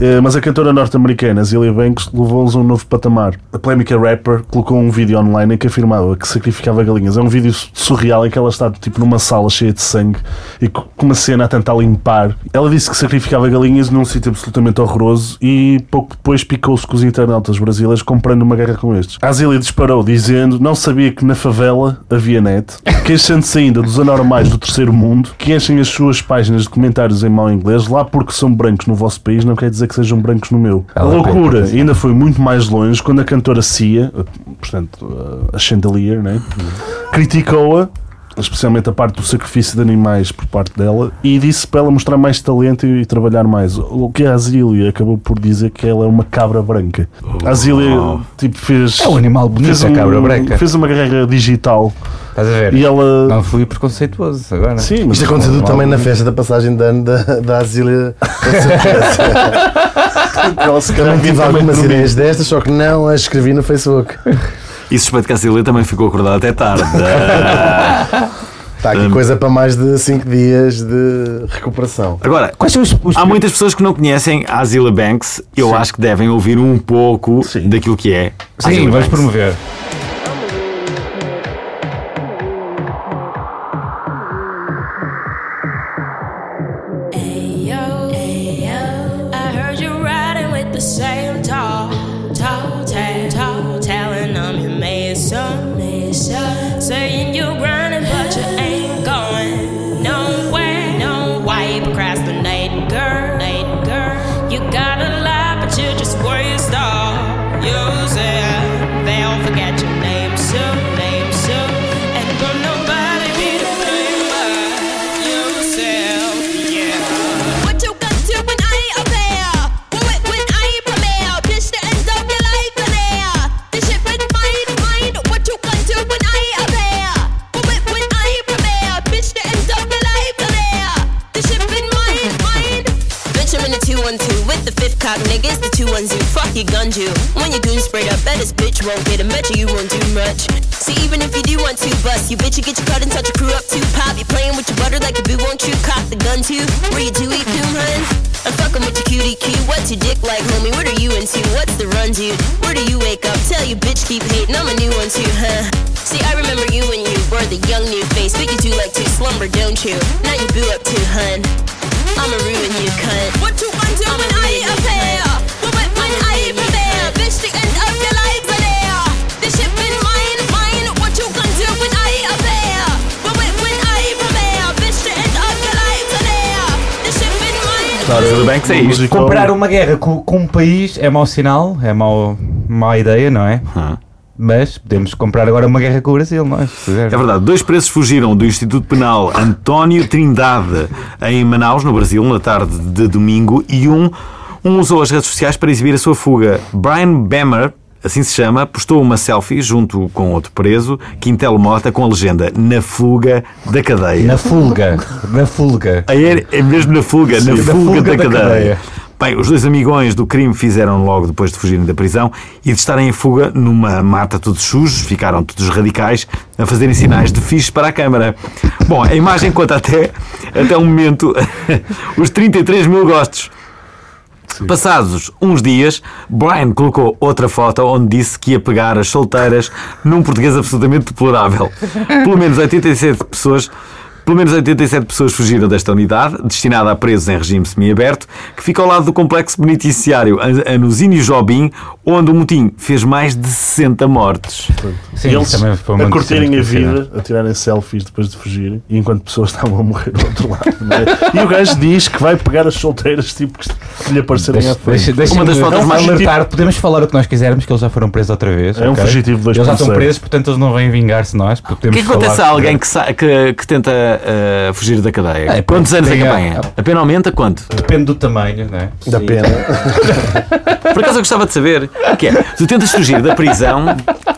[SPEAKER 2] Eh, Mas a cantora norte-americana Zília Banks levou-los a um novo patamar. A polémica rapper colocou um vídeo online em que afirmava que sacrificava galinhas. É um vídeo surreal em que ela está tipo numa sala cheia de sangue e co- com uma cena a tentar limpar. Ela disse que sacrificava galinhas num sítio absolutamente horroroso e pouco depois picou-se com os internautas brasileiros comprando uma guerra com estes. A Zília disparou dizendo não sabia que na favela havia net, queixando-se ainda dos anormais do terceiro mundo que enchem as suas páginas de comentários em mau inglês lá porque são brancos no vosso país não quer dizer que sejam brancos no meu. A
[SPEAKER 3] Ela
[SPEAKER 2] loucura ainda foi muito mais longe quando a cantora Cia, portanto a Chandelier, né? criticou-a especialmente a parte do sacrifício de animais por parte dela, e disse para ela mostrar mais talento e trabalhar mais. O que a Azília acabou por dizer que ela é uma cabra branca. A Azília tipo, fez.
[SPEAKER 3] É um animal bonito,
[SPEAKER 2] fez
[SPEAKER 3] a
[SPEAKER 2] um-
[SPEAKER 3] cabra branca.
[SPEAKER 2] Fez uma guerra digital
[SPEAKER 3] Estás a ver?
[SPEAKER 2] e ela.
[SPEAKER 3] Não fui preconceituoso agora.
[SPEAKER 2] Sim, mas
[SPEAKER 4] Isto aconteceu tudo também na festa da passagem de ano da, da Asília. [laughs]
[SPEAKER 2] ela se
[SPEAKER 4] Também tive
[SPEAKER 2] também
[SPEAKER 4] algumas
[SPEAKER 2] dormiu.
[SPEAKER 4] ideias destas, só que não as escrevi no Facebook.
[SPEAKER 1] E suspeito que a Cecília também ficou acordada até tarde.
[SPEAKER 4] Está Tá aqui coisa para mais de 5 dias de recuperação.
[SPEAKER 1] Agora,
[SPEAKER 3] Quais são os, os
[SPEAKER 1] há muitas pessoas que não conhecem a Azila Banks. Eu acho que devem ouvir um pouco
[SPEAKER 2] Sim.
[SPEAKER 1] daquilo que é.
[SPEAKER 3] Sim,
[SPEAKER 1] Azila
[SPEAKER 3] vamos
[SPEAKER 1] Banks.
[SPEAKER 3] promover.
[SPEAKER 8] Ayo, I heard you riding with the same talk, talk. top niggas, the two ones you fuck, you gun you. When your goon sprayed up, bet this bitch won't get a metro, you won't do much. See, even if you do want to bust, you bitch, you get your cut and touch your crew up too. Pop, you playing with your butter like a boo, won't you cock the gun too? Where you do eat coon, hun? I'm fucking with your cutie cue. What's your dick like, homie? What are you into? What's the run, dude? Where do you wake up? Tell you bitch keep hating, I'm a new one too, huh? See, I remember you when you were the young new face, but you do like to slumber, don't you? Now you boo up too, hun. I'ma ruin you, cunt. What you want to when I appear? What when, when I prevail? Bitch, the end of your life are there. This shit been mine, mine. What you gonna do when I appear? What when, when I prevail? Bitch, the end of your life are there. This shit been mine.
[SPEAKER 1] Tudo bem que sei é isto.
[SPEAKER 2] Musical.
[SPEAKER 3] É Comprar uma guerra co- com, um país é mau sinal, é mau, má ideia, não é?
[SPEAKER 1] Ah.
[SPEAKER 3] Mas podemos comprar agora uma guerra com o Brasil, não é? Se quiser.
[SPEAKER 1] É verdade, dois presos fugiram do Instituto Penal António Trindade em Manaus, no Brasil, na tarde de domingo, e um, um usou as redes sociais para exibir a sua fuga. Brian Bemmer, assim se chama, postou uma selfie junto com outro preso, Quintelo Mota, com a legenda Na fuga da cadeia.
[SPEAKER 3] Na fulga, na fulga.
[SPEAKER 1] Aí é- é mesmo na fuga, na
[SPEAKER 3] na
[SPEAKER 1] fuga,
[SPEAKER 3] fuga da
[SPEAKER 1] da, cadeia.
[SPEAKER 3] cadeia.
[SPEAKER 1] Bem, os dois amigões do crime fizeram logo depois de fugirem da prisão e de estarem em fuga numa mata todos sujos, ficaram todos radicais a fazerem sinais de fixe para a câmara. Bom, a imagem conta até, até o momento [laughs] os 33 mil gostos. Passados uns dias, Brian colocou outra foto onde disse que ia pegar as solteiras num português absolutamente deplorável. Pelo menos 87 pessoas. Pelo menos 87 pessoas fugiram desta unidade, destinada a presos em regime semiaberto, que fica ao lado do complexo penitenciário An- Anusínio Jobim, onde o motim fez mais de 60 mortes.
[SPEAKER 3] Sim,
[SPEAKER 2] E
[SPEAKER 3] isso também
[SPEAKER 2] eles
[SPEAKER 3] foi uma
[SPEAKER 2] a curtirem a
[SPEAKER 3] notícia muito
[SPEAKER 2] vida, a tirarem selfies depois de fugirem, e enquanto pessoas [laughs] estavam a morrer do outro lado. não é? E o gajo diz que vai pegar as solteiras tipo que lhe aparecerem à
[SPEAKER 3] Deixa,
[SPEAKER 2] frente.
[SPEAKER 3] deixa, deixa
[SPEAKER 1] Uma das fotos mais-
[SPEAKER 3] alertar, podemos falar o que nós quisermos, que eles já foram presos outra vez.
[SPEAKER 2] É um
[SPEAKER 3] ok?
[SPEAKER 2] fugitivo de dois
[SPEAKER 3] Eles já estão
[SPEAKER 2] parceiros.
[SPEAKER 3] presos, portanto eles não vêm vingar-se de nós. porque
[SPEAKER 1] O
[SPEAKER 3] podemos
[SPEAKER 1] que é que acontece a
[SPEAKER 3] falar-
[SPEAKER 1] alguém que, sa- que- que tenta eh, fugir da cadeia?
[SPEAKER 3] É,
[SPEAKER 1] Quantos anos é que
[SPEAKER 3] tem a-
[SPEAKER 1] apanha? A pena aumenta quanto?
[SPEAKER 3] Depende do tamanho, não é?
[SPEAKER 4] Da pena.
[SPEAKER 1] Por acaso eu gostava de saber que é, tu tentas fugir da prisão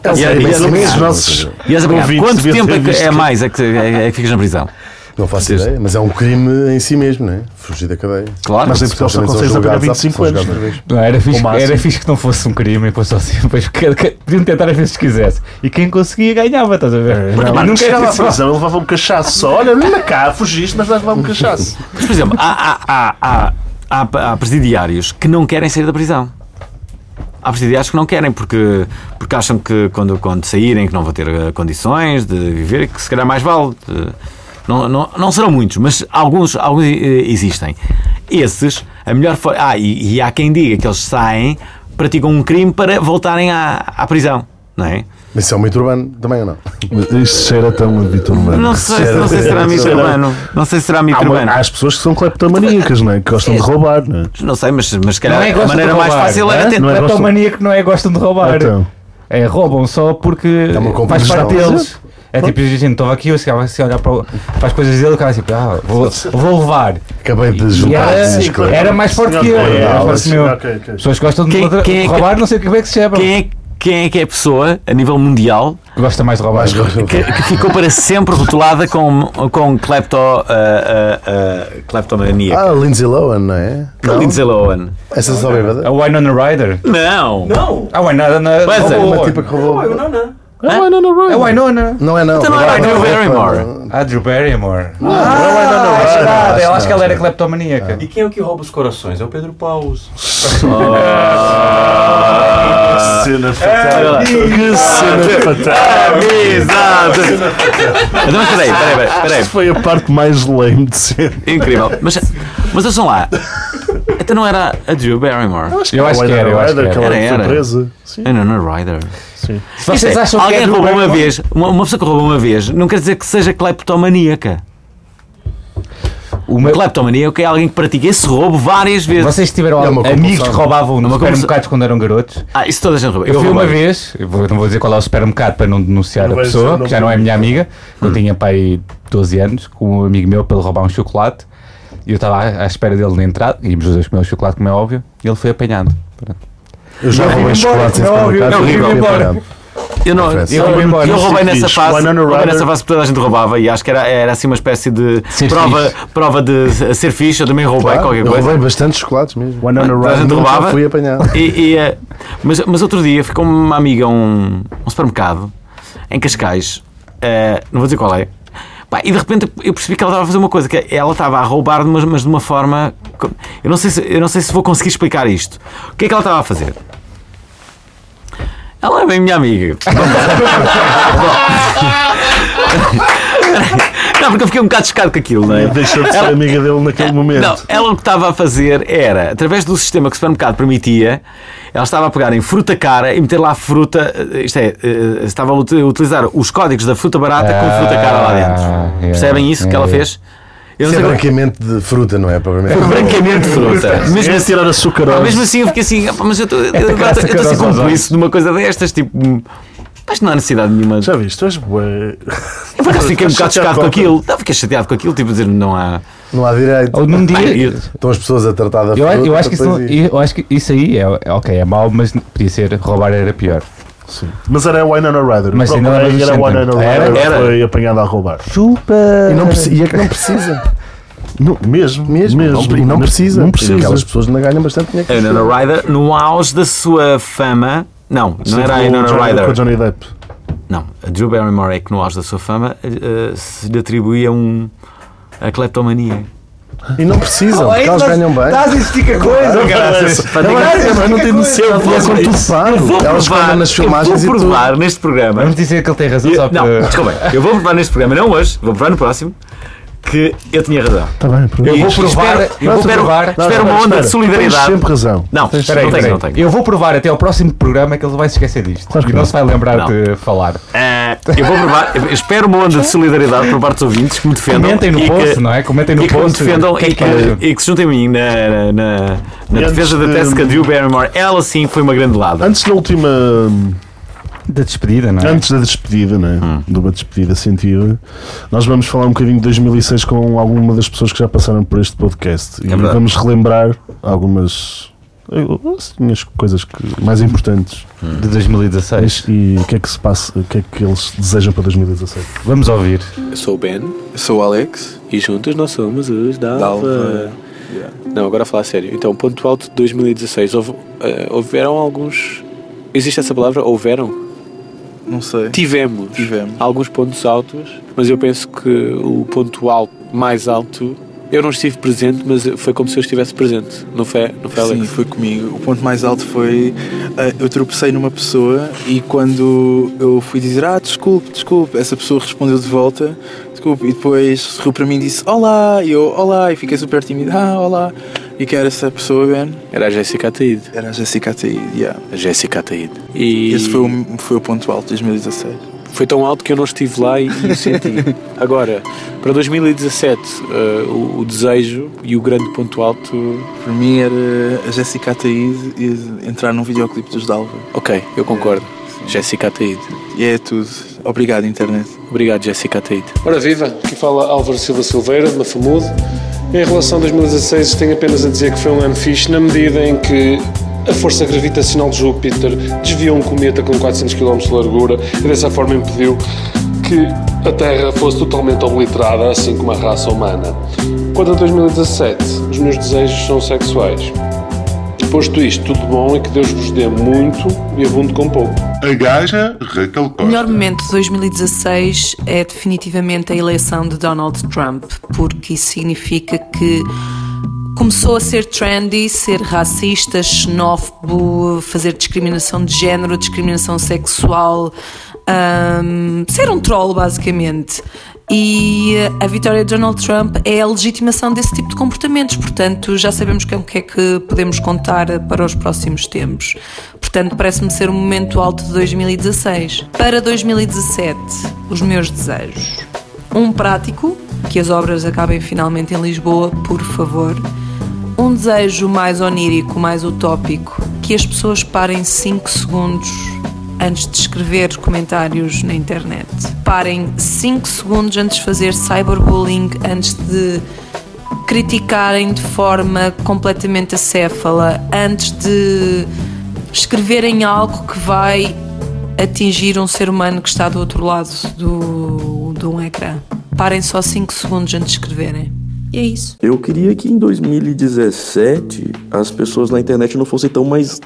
[SPEAKER 2] É
[SPEAKER 1] e,
[SPEAKER 4] sei,
[SPEAKER 1] e,
[SPEAKER 4] bem
[SPEAKER 1] és
[SPEAKER 4] sei
[SPEAKER 1] apanhado.
[SPEAKER 4] mesmo.
[SPEAKER 2] nossos.
[SPEAKER 1] E és apanhado.
[SPEAKER 2] Ouvintes
[SPEAKER 1] Quanto
[SPEAKER 2] deviam
[SPEAKER 1] tempo
[SPEAKER 2] ter
[SPEAKER 1] é que
[SPEAKER 2] visto
[SPEAKER 1] é
[SPEAKER 2] que-
[SPEAKER 1] mais é que, é, é que ficas na prisão?
[SPEAKER 4] Não faço ideia, mas é um crime em si mesmo, não é? Fugir da cadeia.
[SPEAKER 1] Claro.
[SPEAKER 2] Mas em Portugal só
[SPEAKER 4] Supostamente são
[SPEAKER 2] consegues apanhar
[SPEAKER 4] julgados à-
[SPEAKER 2] 25
[SPEAKER 4] são
[SPEAKER 2] anos.
[SPEAKER 4] julgados à vez.
[SPEAKER 3] Não, era fixe,
[SPEAKER 2] O máximo.
[SPEAKER 3] era fixe que não fosse um crime e fosse assim, [laughs] pois que- que- podiam tentar às vezes que quisesse. E quem conseguia ganhava, estás a
[SPEAKER 1] É.
[SPEAKER 3] ver?
[SPEAKER 2] Não,
[SPEAKER 3] Mas
[SPEAKER 2] nunca
[SPEAKER 3] nunca
[SPEAKER 2] chegava
[SPEAKER 3] era
[SPEAKER 2] à prisão, ele levava um cachaço só. Olha, olha cá, fugiste, mas vais levar um cachaço.
[SPEAKER 1] Mas, por exemplo, há, há, há, há, há- há presidiários que não querem sair da prisão. Há presidiários que não querem porque, porque acham que quando, quando saírem que não vão ter eh, condições de viver e que se calhar mais vale. eh, não, não, não serão muitos, mas alguns, alguns eh, existem. Esses, a melhor forma. Ah, e, e há quem diga que eles saem, praticam um crime para voltarem à, à prisão, não é?
[SPEAKER 4] Mas isso é um mito urbano também ou não?
[SPEAKER 2] Isto cheira tão a Vitor
[SPEAKER 1] Não sei, não sei se será mito urbano. Não sei se será mito
[SPEAKER 2] Há, uma-
[SPEAKER 1] urbano.
[SPEAKER 2] há as pessoas que são cleptomaníacas, não é? Que gostam de roubar, não é?
[SPEAKER 1] Não sei, mas, mas se calhar
[SPEAKER 3] Não é
[SPEAKER 1] a
[SPEAKER 3] gosto
[SPEAKER 1] maneira
[SPEAKER 3] de
[SPEAKER 1] mais
[SPEAKER 3] roubar,
[SPEAKER 1] fácil
[SPEAKER 3] não
[SPEAKER 1] era
[SPEAKER 2] é?
[SPEAKER 1] tentar.
[SPEAKER 2] Não é
[SPEAKER 3] Era
[SPEAKER 2] gostam-
[SPEAKER 3] tão mania que não é gostam de roubar.
[SPEAKER 2] Então.
[SPEAKER 3] É, roubam só porque
[SPEAKER 4] É uma
[SPEAKER 3] faz
[SPEAKER 4] competição.
[SPEAKER 3] parte deles. É tipo, gente, estava aqui, eu chegava assim a olhar para, o- para as coisas dele, o cara tipo, ah, vou, vou levar.
[SPEAKER 4] Acabei de
[SPEAKER 3] E
[SPEAKER 4] juntar
[SPEAKER 3] era,
[SPEAKER 4] esses
[SPEAKER 2] sim, claro.
[SPEAKER 3] era mais forte que eu.
[SPEAKER 2] Senhor,
[SPEAKER 3] Era
[SPEAKER 2] não,
[SPEAKER 3] forte que eu.
[SPEAKER 2] mas- ok, ok.
[SPEAKER 3] As pessoas gostam de
[SPEAKER 1] Quem-
[SPEAKER 3] outra-
[SPEAKER 1] quem é que-
[SPEAKER 3] roubar, não sei como é que se chama.
[SPEAKER 1] Quem é, quem é que é a pessoa, a nível mundial,
[SPEAKER 3] que gosta mais de roubar?
[SPEAKER 1] que, que ficou para sempre rotulada com, com clepto, ah, ah, ah, cleptomania?
[SPEAKER 4] Ah, Lindsay Lohan, não é?
[SPEAKER 1] Não. Lindsay Lohan.
[SPEAKER 4] Essa só é bêbada.
[SPEAKER 3] A Winona Ryder?
[SPEAKER 1] Não!
[SPEAKER 5] Não!
[SPEAKER 3] A Winona. na-
[SPEAKER 1] Pois é,
[SPEAKER 4] É
[SPEAKER 3] roubou.
[SPEAKER 4] uma tipa que roubou.
[SPEAKER 5] Não, não.
[SPEAKER 3] A Winona.
[SPEAKER 4] Não é, não.
[SPEAKER 1] Então não era Drew Barrymore.
[SPEAKER 3] A Drew
[SPEAKER 2] Ah,
[SPEAKER 3] Barrymore.
[SPEAKER 4] não
[SPEAKER 3] Ah,
[SPEAKER 4] é,
[SPEAKER 3] verdade, eu acho que ela era
[SPEAKER 4] não.
[SPEAKER 3] cleptomaníaca.
[SPEAKER 5] E quem é o que rouba os corações? É o Pedro Paus.
[SPEAKER 1] Ah,
[SPEAKER 2] Cena fatal. Que cena fatal.
[SPEAKER 1] Exato! Então, mas peraí, peraí, peraí, peraí.
[SPEAKER 2] Isto foi a parte mais lame de sempre.
[SPEAKER 1] Incrível. Mas, mas ouçam lá. Então não era a Drew Barrymore.
[SPEAKER 3] Eu acho que era, eu acho que era.
[SPEAKER 2] Aquela
[SPEAKER 1] Era, era.
[SPEAKER 2] surpresa. Sim,
[SPEAKER 1] Era Ana Ryder.
[SPEAKER 2] sim.
[SPEAKER 1] Isto
[SPEAKER 3] Vocês
[SPEAKER 1] é,
[SPEAKER 3] acham que
[SPEAKER 1] alguém
[SPEAKER 3] é Drew
[SPEAKER 1] roubou uma
[SPEAKER 3] Barrymore?
[SPEAKER 1] vez, uma, uma pessoa que roubou uma vez, não quer dizer que seja cleptomaníaca.
[SPEAKER 3] O meu-
[SPEAKER 1] Cleptomaníaca é alguém que pratica esse roubo várias vezes.
[SPEAKER 3] Vocês tiveram
[SPEAKER 4] É uma
[SPEAKER 3] amigos que
[SPEAKER 4] compulsão.
[SPEAKER 3] roubavam nos
[SPEAKER 1] É uma compulsão.
[SPEAKER 3] supermercados quando eram garotos?
[SPEAKER 1] Ah, isso toda a gente rouba.
[SPEAKER 3] Eu fui uma
[SPEAKER 1] roubei.
[SPEAKER 3] vez, eu vou- não vou dizer qual é o supermercado para não denunciar
[SPEAKER 2] Não
[SPEAKER 3] a
[SPEAKER 2] vais dizer o
[SPEAKER 3] pessoa,
[SPEAKER 2] nome
[SPEAKER 3] que já não é
[SPEAKER 2] do-
[SPEAKER 3] minha amiga, que eu tinha pai 12 anos, com um amigo meu para ele roubar um chocolate, e eu estava à à espera dele na entrada, e íamos os dois comer o chocolate, como é óbvio, e ele foi apanhado.
[SPEAKER 4] Eu já roubei
[SPEAKER 3] embora,
[SPEAKER 4] chocolates em
[SPEAKER 3] não, eu-
[SPEAKER 4] supermercados.
[SPEAKER 1] eu
[SPEAKER 4] e
[SPEAKER 1] vim
[SPEAKER 4] nunca fui
[SPEAKER 3] embora.
[SPEAKER 4] apanhado.
[SPEAKER 1] Eu, não,
[SPEAKER 4] Confesso.
[SPEAKER 1] eu,
[SPEAKER 2] Eu
[SPEAKER 1] eu
[SPEAKER 2] embora.
[SPEAKER 1] roubei
[SPEAKER 2] Sim,
[SPEAKER 1] nessa
[SPEAKER 2] diz.
[SPEAKER 1] fase.
[SPEAKER 2] Banana
[SPEAKER 1] Roubei
[SPEAKER 2] Runner.
[SPEAKER 1] nessa fase porque toda a gente roubava e acho que era, era assim uma espécie de
[SPEAKER 3] Ser
[SPEAKER 1] prova,
[SPEAKER 3] fixe.
[SPEAKER 1] prova de ser fixe. Eu também roubei
[SPEAKER 4] Claro,
[SPEAKER 1] qualquer
[SPEAKER 4] eu
[SPEAKER 1] coisa.
[SPEAKER 4] roubei bastante chocolates mesmo.
[SPEAKER 2] One on a
[SPEAKER 1] Toda a
[SPEAKER 2] run.
[SPEAKER 1] gente
[SPEAKER 4] nunca
[SPEAKER 1] roubava.
[SPEAKER 4] fui apanhado.
[SPEAKER 1] [laughs] E- e, eh, mas, mas outro dia ficou uma amiga a um, a um supermercado em Cascais, eh, não vou dizer qual é. Pá, e de repente eu percebi que ela estava a fazer uma coisa, que ela estava a roubar, mas, mas de uma forma. co- Eu não, sei se, eu não sei se vou conseguir explicar isto. O que é que ela estava a fazer? Ela é bem minha amiga. [laughs] [laughs] não, porque eu fiquei um bocado chocado com aquilo, não é?
[SPEAKER 2] Deixou de ser amiga dele naquele
[SPEAKER 1] Não,
[SPEAKER 2] momento.
[SPEAKER 1] ela o que estava a fazer era, através do sistema que o supermercado permitia, ela estava a pegar em fruta cara e meter lá fruta, eh, isto é, eh, estava a ut- utilizar os códigos da fruta barata com fruta cara lá dentro.
[SPEAKER 3] Ah, yeah,
[SPEAKER 1] Percebem isso que ela
[SPEAKER 3] yeah.
[SPEAKER 1] fez? Eu
[SPEAKER 4] Isso é
[SPEAKER 1] como-
[SPEAKER 4] branqueamento de fruta, não é? Provavelmente.
[SPEAKER 1] Branqueamento de fruta. Mesmo
[SPEAKER 2] É
[SPEAKER 1] assim,
[SPEAKER 2] tirar
[SPEAKER 1] pá,
[SPEAKER 2] açúcar
[SPEAKER 1] mesmo assim eu fiquei assim, "Ah, pá, mas eu estou
[SPEAKER 3] tacar açúcar
[SPEAKER 1] assim
[SPEAKER 3] aos olhos."
[SPEAKER 1] complice de uma coisa destas, tipo, hum, mas não há necessidade nenhuma.
[SPEAKER 2] Já viste? Tu és bué.
[SPEAKER 1] Eu por acaso fiquei um
[SPEAKER 2] Chateado
[SPEAKER 1] bocado chateado com
[SPEAKER 2] com
[SPEAKER 1] aquilo. Não, fiquei chateado com aquilo, tipo, dizer, não há.
[SPEAKER 4] Não há direito.
[SPEAKER 3] Ou num dia.
[SPEAKER 1] Ai, eu-
[SPEAKER 4] Estão as pessoas a tratar da
[SPEAKER 3] Eu,
[SPEAKER 4] fruta.
[SPEAKER 3] eu acho que isso não-
[SPEAKER 4] depois e-
[SPEAKER 3] eu acho que isso aí é, é ok, é mau, mas podia ser roubar era pior.
[SPEAKER 2] Mas era One on a Rider.
[SPEAKER 3] Mas ainda era
[SPEAKER 2] era
[SPEAKER 3] do
[SPEAKER 2] One on a
[SPEAKER 3] centro. Era?
[SPEAKER 2] Rider.
[SPEAKER 1] Era.
[SPEAKER 2] Foi apanhado a roubar.
[SPEAKER 3] Chupa!
[SPEAKER 4] E, não preci- e é que não precisa.
[SPEAKER 2] Não, mesmo,
[SPEAKER 4] Mesmo. Não- e não precisa.
[SPEAKER 2] Não precisa.
[SPEAKER 4] Aquelas pessoas não ganham bastante dinheiro.
[SPEAKER 1] A
[SPEAKER 4] com isso.
[SPEAKER 1] Nona Ryder, no auge da sua fama. Não, não era a
[SPEAKER 2] Com o
[SPEAKER 1] Nona
[SPEAKER 2] Johnny-
[SPEAKER 1] Ryder.
[SPEAKER 2] Com o Johnny Depp.
[SPEAKER 1] Não, a Drew Barrymore é que no auge da sua fama eh, se lhe atribuía um, a cleptomania.
[SPEAKER 4] E não precisam, porque elas ganham bem.
[SPEAKER 3] Estás a insistir com a tipo coisa,
[SPEAKER 1] Parece- parece-
[SPEAKER 4] Elas não têm noção,
[SPEAKER 1] Eu vou-
[SPEAKER 4] elas são tudo faro. Elas comem nas filmagens
[SPEAKER 1] eu
[SPEAKER 4] e
[SPEAKER 1] vou
[SPEAKER 4] tudo.
[SPEAKER 1] provar neste programa.
[SPEAKER 3] Vamos dizer que ele tem razão
[SPEAKER 1] Eu-
[SPEAKER 3] só para.
[SPEAKER 1] não, desculpem, eu vou provar neste programa, não hoje, vou provar no próximo, que eu tinha razão.
[SPEAKER 2] Está Tá bem,
[SPEAKER 1] Eu
[SPEAKER 3] vou
[SPEAKER 1] espero-
[SPEAKER 3] provar-
[SPEAKER 1] eu
[SPEAKER 3] eu vou
[SPEAKER 1] espero-
[SPEAKER 3] provar-
[SPEAKER 1] Espero uma onda de solidariedade.
[SPEAKER 2] Tens sempre razão.
[SPEAKER 1] Não,
[SPEAKER 2] Tens-
[SPEAKER 1] espera aí,
[SPEAKER 3] Espera
[SPEAKER 1] não
[SPEAKER 3] aí,
[SPEAKER 1] tenho, não
[SPEAKER 3] espera aí.
[SPEAKER 1] tenho.
[SPEAKER 3] Eu vou provar até ao próximo programa que ele vai se esquecer disto.
[SPEAKER 2] Claro que
[SPEAKER 3] e não
[SPEAKER 2] não.
[SPEAKER 3] se vai lembrar de falar.
[SPEAKER 1] Eh, eu vou provar, eu espero uma onda de solidariedade por parte dos ouvintes que me defendam.
[SPEAKER 3] Comentem no
[SPEAKER 1] e
[SPEAKER 3] post,
[SPEAKER 1] que,
[SPEAKER 3] não é? Comentem no
[SPEAKER 1] e que me
[SPEAKER 3] post.
[SPEAKER 1] defendam
[SPEAKER 3] o que é
[SPEAKER 1] e,
[SPEAKER 3] que
[SPEAKER 1] que,
[SPEAKER 3] acham.
[SPEAKER 1] e que se juntem a mim na, na- na- na
[SPEAKER 2] E antes
[SPEAKER 1] defesa da
[SPEAKER 2] de-
[SPEAKER 1] Tessica Drew Barrymore. Ela sim foi uma grande lada.
[SPEAKER 2] Antes da última.
[SPEAKER 3] Da despedida,
[SPEAKER 1] Tá
[SPEAKER 4] Ah.
[SPEAKER 3] não é?
[SPEAKER 2] Antes da despedida, né?
[SPEAKER 1] Hum.
[SPEAKER 2] De uma despedida sentida, nós vamos falar um bocadinho de 2006 com alguma das pessoas que já passaram por este podcast. e
[SPEAKER 1] É verdade.
[SPEAKER 2] vamos relembrar algumas. Assim, as coisas que, mais importantes.
[SPEAKER 1] Hum.
[SPEAKER 3] De 2016.
[SPEAKER 2] E o que é que se passa, o que é que eles desejam para 2017?
[SPEAKER 3] Vamos ouvir.
[SPEAKER 9] Eu sou o Ben. Eu sou o Alex. E juntos nós somos os da Alva. Não, agora a falar a sério. Então, ponto alto de 2016. Houve, eh, houveram alguns. Existe essa palavra? Houveram?
[SPEAKER 10] Não sei.
[SPEAKER 9] Tivemos.
[SPEAKER 10] Tivemos.
[SPEAKER 9] Alguns pontos altos, mas eu penso que o ponto alto, mais alto. Eu não estive presente, mas foi como se eu estivesse presente. Não foi, não foi Alex?
[SPEAKER 10] Sim, foi comigo. O ponto mais alto foi ah, eu tropecei numa pessoa e quando eu fui dizer ah, desculpe, desculpe, essa pessoa respondeu de volta, desculpe, e depois sorriu para mim e disse olá, e eu olá, e fiquei super tímido, ah, olá. E quem era essa pessoa, Ben?
[SPEAKER 9] Era a Jéssica Ataíde.
[SPEAKER 10] Era a Jessica Ataíde, yeah.
[SPEAKER 9] A Jéssica Ataíde. E
[SPEAKER 10] Esse foi o, foi o ponto alto de 2016.
[SPEAKER 9] foi tão alto que eu não estive lá e, e o senti. Agora, para 2017, eh, o, o desejo e o grande ponto alto,
[SPEAKER 10] Para mim era a Jessica Ataíde e entrar num videoclipe dos Dalva.
[SPEAKER 9] ok, eu concordo. Jéssica Ataíde.
[SPEAKER 10] E é tudo. Obrigado, internet.
[SPEAKER 9] Obrigado, Jéssica Ataíde.
[SPEAKER 11] Ora viva, aqui fala Álvaro Silva Silveira, de Mafamudo. Em relação a 2016, tenho apenas a dizer que foi um ano fixe, na medida em que a força gravitacional de Júpiter desviou um cometa com 400 km de largura e dessa forma impediu que a Terra fosse totalmente obliterada, assim como a raça humana. Quanto a 2017, os meus desejos são sexuais. Posto isto, tudo bom e que Deus vos dê muito e abundo com pouco.
[SPEAKER 12] A gaja Raquel Costa.
[SPEAKER 8] O melhor momento de 2016 é definitivamente a eleição de Donald Trump, porque isso significa que começou a ser trendy, ser racista, xenófobo, fazer discriminação de género, discriminação sexual, hum, ser um troll, basicamente. E eh, a vitória de Donald Trump é a legitimação desse tipo de comportamentos, portanto já sabemos com o que é que podemos contar eh, para os próximos tempos. Portanto, parece-me ser um momento alto de 2016. Para 2017, os meus desejos. Um prático, que as obras acabem finalmente em Lisboa, por favor. Um desejo mais onírico, mais utópico, que as pessoas parem 5 segundos antes de escrever comentários na internet. Parem 5 segundos antes de fazer cyberbullying, antes de criticarem de forma completamente acéfala antes de escreverem algo que vai
[SPEAKER 13] atingir um ser humano que está do outro lado do, de um ecrã. Parem só 5 segundos antes de escreverem. E é isso.
[SPEAKER 14] Eu queria que em 2017 as pessoas na internet não fossem tão mais.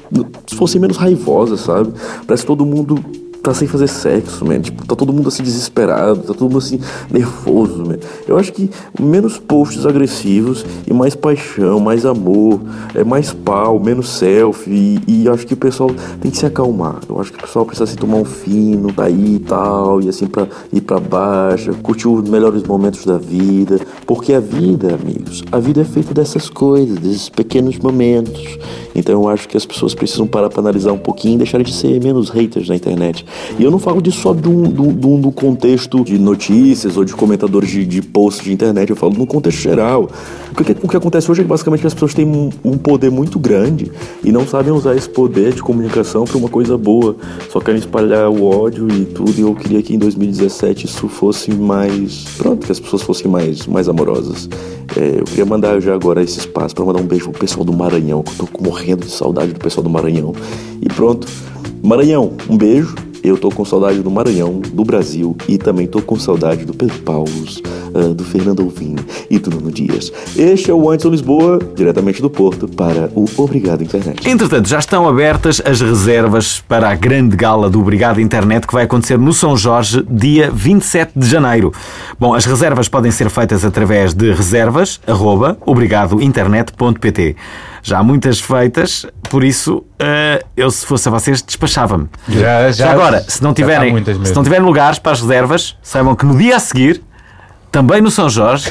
[SPEAKER 14] fossem menos raivosas, sabe? Parece que todo mundo tá sem fazer sexo, man. Tipo, tá todo mundo assim desesperado, tá todo mundo assim nervoso, man. Eu acho que menos posts agressivos e mais paixão, mais amor, é mais pau, menos selfie. E, e acho que o pessoal tem que se acalmar. Eu acho que o pessoal precisa se tomar um fino, daí e tal, e assim pra ir pra baixa, curtir os melhores momentos da vida. Porque a vida, amigos, a vida é feita dessas coisas, desses pequenos momentos. Então eu acho que as pessoas precisam parar pra analisar um pouquinho e deixarem de ser menos haters na internet. E eu não falo disso só de um, de um- de um- do contexto de notícias ou de comentadores de, de posts de internet, eu falo no contexto geral. O que, o que acontece hoje é que basicamente as pessoas têm um, um poder muito grande e não sabem usar esse poder de comunicação para uma coisa boa, só querem espalhar o ódio e tudo. E eu queria que em 2017 isso fosse mais. Pronto, que as pessoas fossem mais, mais amorosas. É, eu queria mandar já agora esse espaço para mandar um beijo pro pessoal do Maranhão, que eu tô morrendo de saudade do pessoal do Maranhão. E pronto, Maranhão, um beijo. Eu tô com saudade do Maranhão, do Brasil e também tô com saudade do Pedro Paulos, ah, do Fernando Alvim e do Nuno Dias. Este é o Anderson Lisboa, diretamente do Porto, para o Obrigado Internet.
[SPEAKER 1] Entretanto, já estão abertas as reservas para a grande gala do Obrigado Internet que vai acontecer no São Jorge, dia 27 de janeiro. Bom, as reservas podem ser feitas através de reservas.obrigadointernet.pt. Já há muitas feitas, por isso eh, eu, se fosse a vocês, despachava-me.
[SPEAKER 3] Já- já-
[SPEAKER 1] agora, se não,
[SPEAKER 3] já
[SPEAKER 1] tiverem,
[SPEAKER 3] há muitas
[SPEAKER 1] se
[SPEAKER 3] mesmo.
[SPEAKER 1] não tiverem lugares para as reservas, saibam que no dia a seguir, também no São Jorge,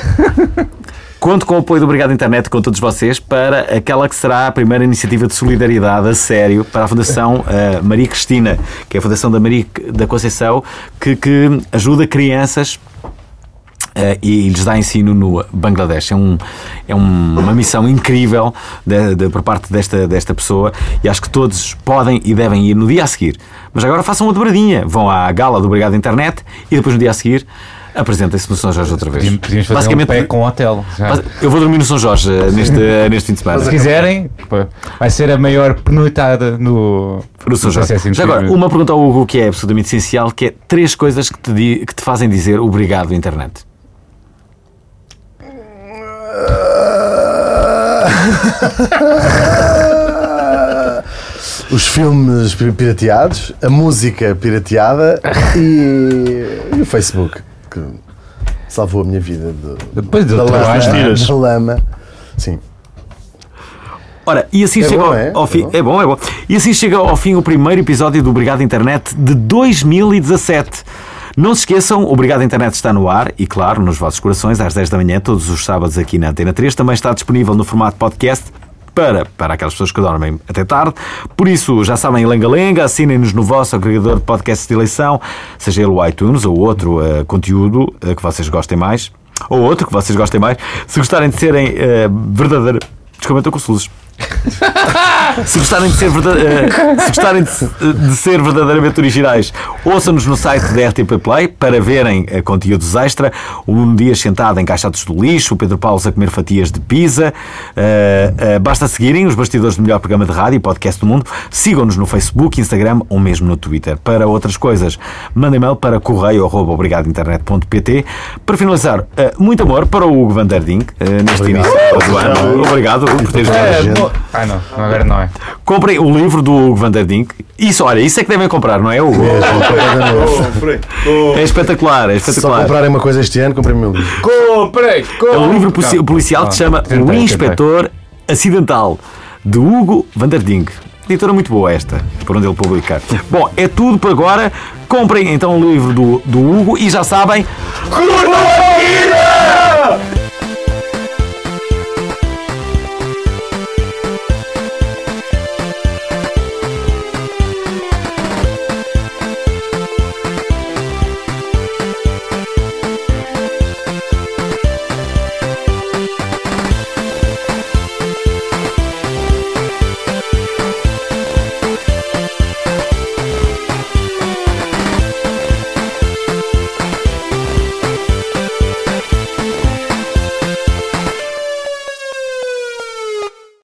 [SPEAKER 1] Conto com o apoio do Obrigado Internet com todos vocês para aquela que será a primeira iniciativa de solidariedade a sério para a Fundação [laughs] eh, Maria Cristina, que é a Fundação da Maria C- da Conceição, que, que ajuda crianças eh, e lhes dá ensino no Bangladesh. É, um, é um- uma missão incrível de- de- por parte desta, desta pessoa e acho que todos podem e devem ir no dia a seguir. Mas agora façam uma dobradinha. Vão à gala do Obrigado Internet e depois no dia a seguir apresentem-se no São Jorge outra vez.
[SPEAKER 3] Podíamos fazer um pé com o hotel. já.
[SPEAKER 1] Mas Eu vou dormir no São Jorge eh, neste, eh, neste fim de semana.
[SPEAKER 3] Se quiserem, pô, vai ser a maior pernoitada no,
[SPEAKER 1] No São Jorge.
[SPEAKER 3] processo
[SPEAKER 1] Já agora,
[SPEAKER 3] inteiro.
[SPEAKER 1] uma pergunta ao Hugo que é absolutamente essencial, que é três coisas que te, di- que te fazem dizer obrigado, internet.
[SPEAKER 4] Ah. [laughs] Os filmes pi- pirateados, a música pirateada e, e o Facebook, que salvou a minha vida do,
[SPEAKER 3] Depois
[SPEAKER 4] da,
[SPEAKER 3] deu trabalho,
[SPEAKER 4] lama,
[SPEAKER 3] não é?
[SPEAKER 4] da lama. Sim.
[SPEAKER 1] Ora, e assim
[SPEAKER 4] É
[SPEAKER 1] chega
[SPEAKER 4] bom,
[SPEAKER 1] ao,
[SPEAKER 4] é?
[SPEAKER 1] ao fim. É bom, é bom. E assim chega ao fim o primeiro episódio do Obrigado Internet de 2017. Não se esqueçam, Obrigado Internet está no ar e, claro, nos vossos corações, às 10 da manhã, todos os sábados aqui na Antena 3. Também está disponível no formato podcast para, para aquelas pessoas que dormem até tarde. Por isso, já sabem, lenga-lenga, assinem-nos no vosso agregador de podcasts de eleição, seja ele o iTunes ou outro eh, conteúdo eh, que vocês gostem mais, ou outro que vocês gostem mais. Se gostarem de serem eh, verdadeiro. Desculpa, eu estou com soluços. [laughs] Se gostarem de ser, verda- eh, se gostarem de, de ser verdadeiramente originais, ouçam-nos no site da RTP Play para verem eh, conteúdos extra. O Nuno Dias sentado em caixotes do lixo, o Pedro Paulo a comer fatias de pizza. Eh, eh, basta seguirem os bastidores do melhor programa de rádio e podcast do mundo. Sigam-nos no Facebook, Instagram ou mesmo no Twitter. Para outras coisas, mandem mail para correio.obrigadointernet.pt. Para finalizar, eh, muito amor para o Hugo Van Der Dink eh, neste início do ano. Obrigado Hugo, por teres
[SPEAKER 3] É,
[SPEAKER 1] vindo.
[SPEAKER 3] bom- Ah, não, agora não é.
[SPEAKER 1] Comprem o livro do Hugo Van der Dink. Isso, olha, isso é que devem comprar, não é, Hugo? É espetacular, é
[SPEAKER 4] Se só
[SPEAKER 3] [laughs]
[SPEAKER 1] espetacular.
[SPEAKER 4] comprarem uma coisa este ano, comprei meu livro.
[SPEAKER 3] Comprei!
[SPEAKER 1] É um livro polici- policial que se chama O Inspetor Acidental, de Hugo Van der Dink. Editora muito boa esta, por onde ele publicar. Bom, é tudo por agora. Comprem então o livro do, do Hugo e já sabem.
[SPEAKER 8] Curtam a vida!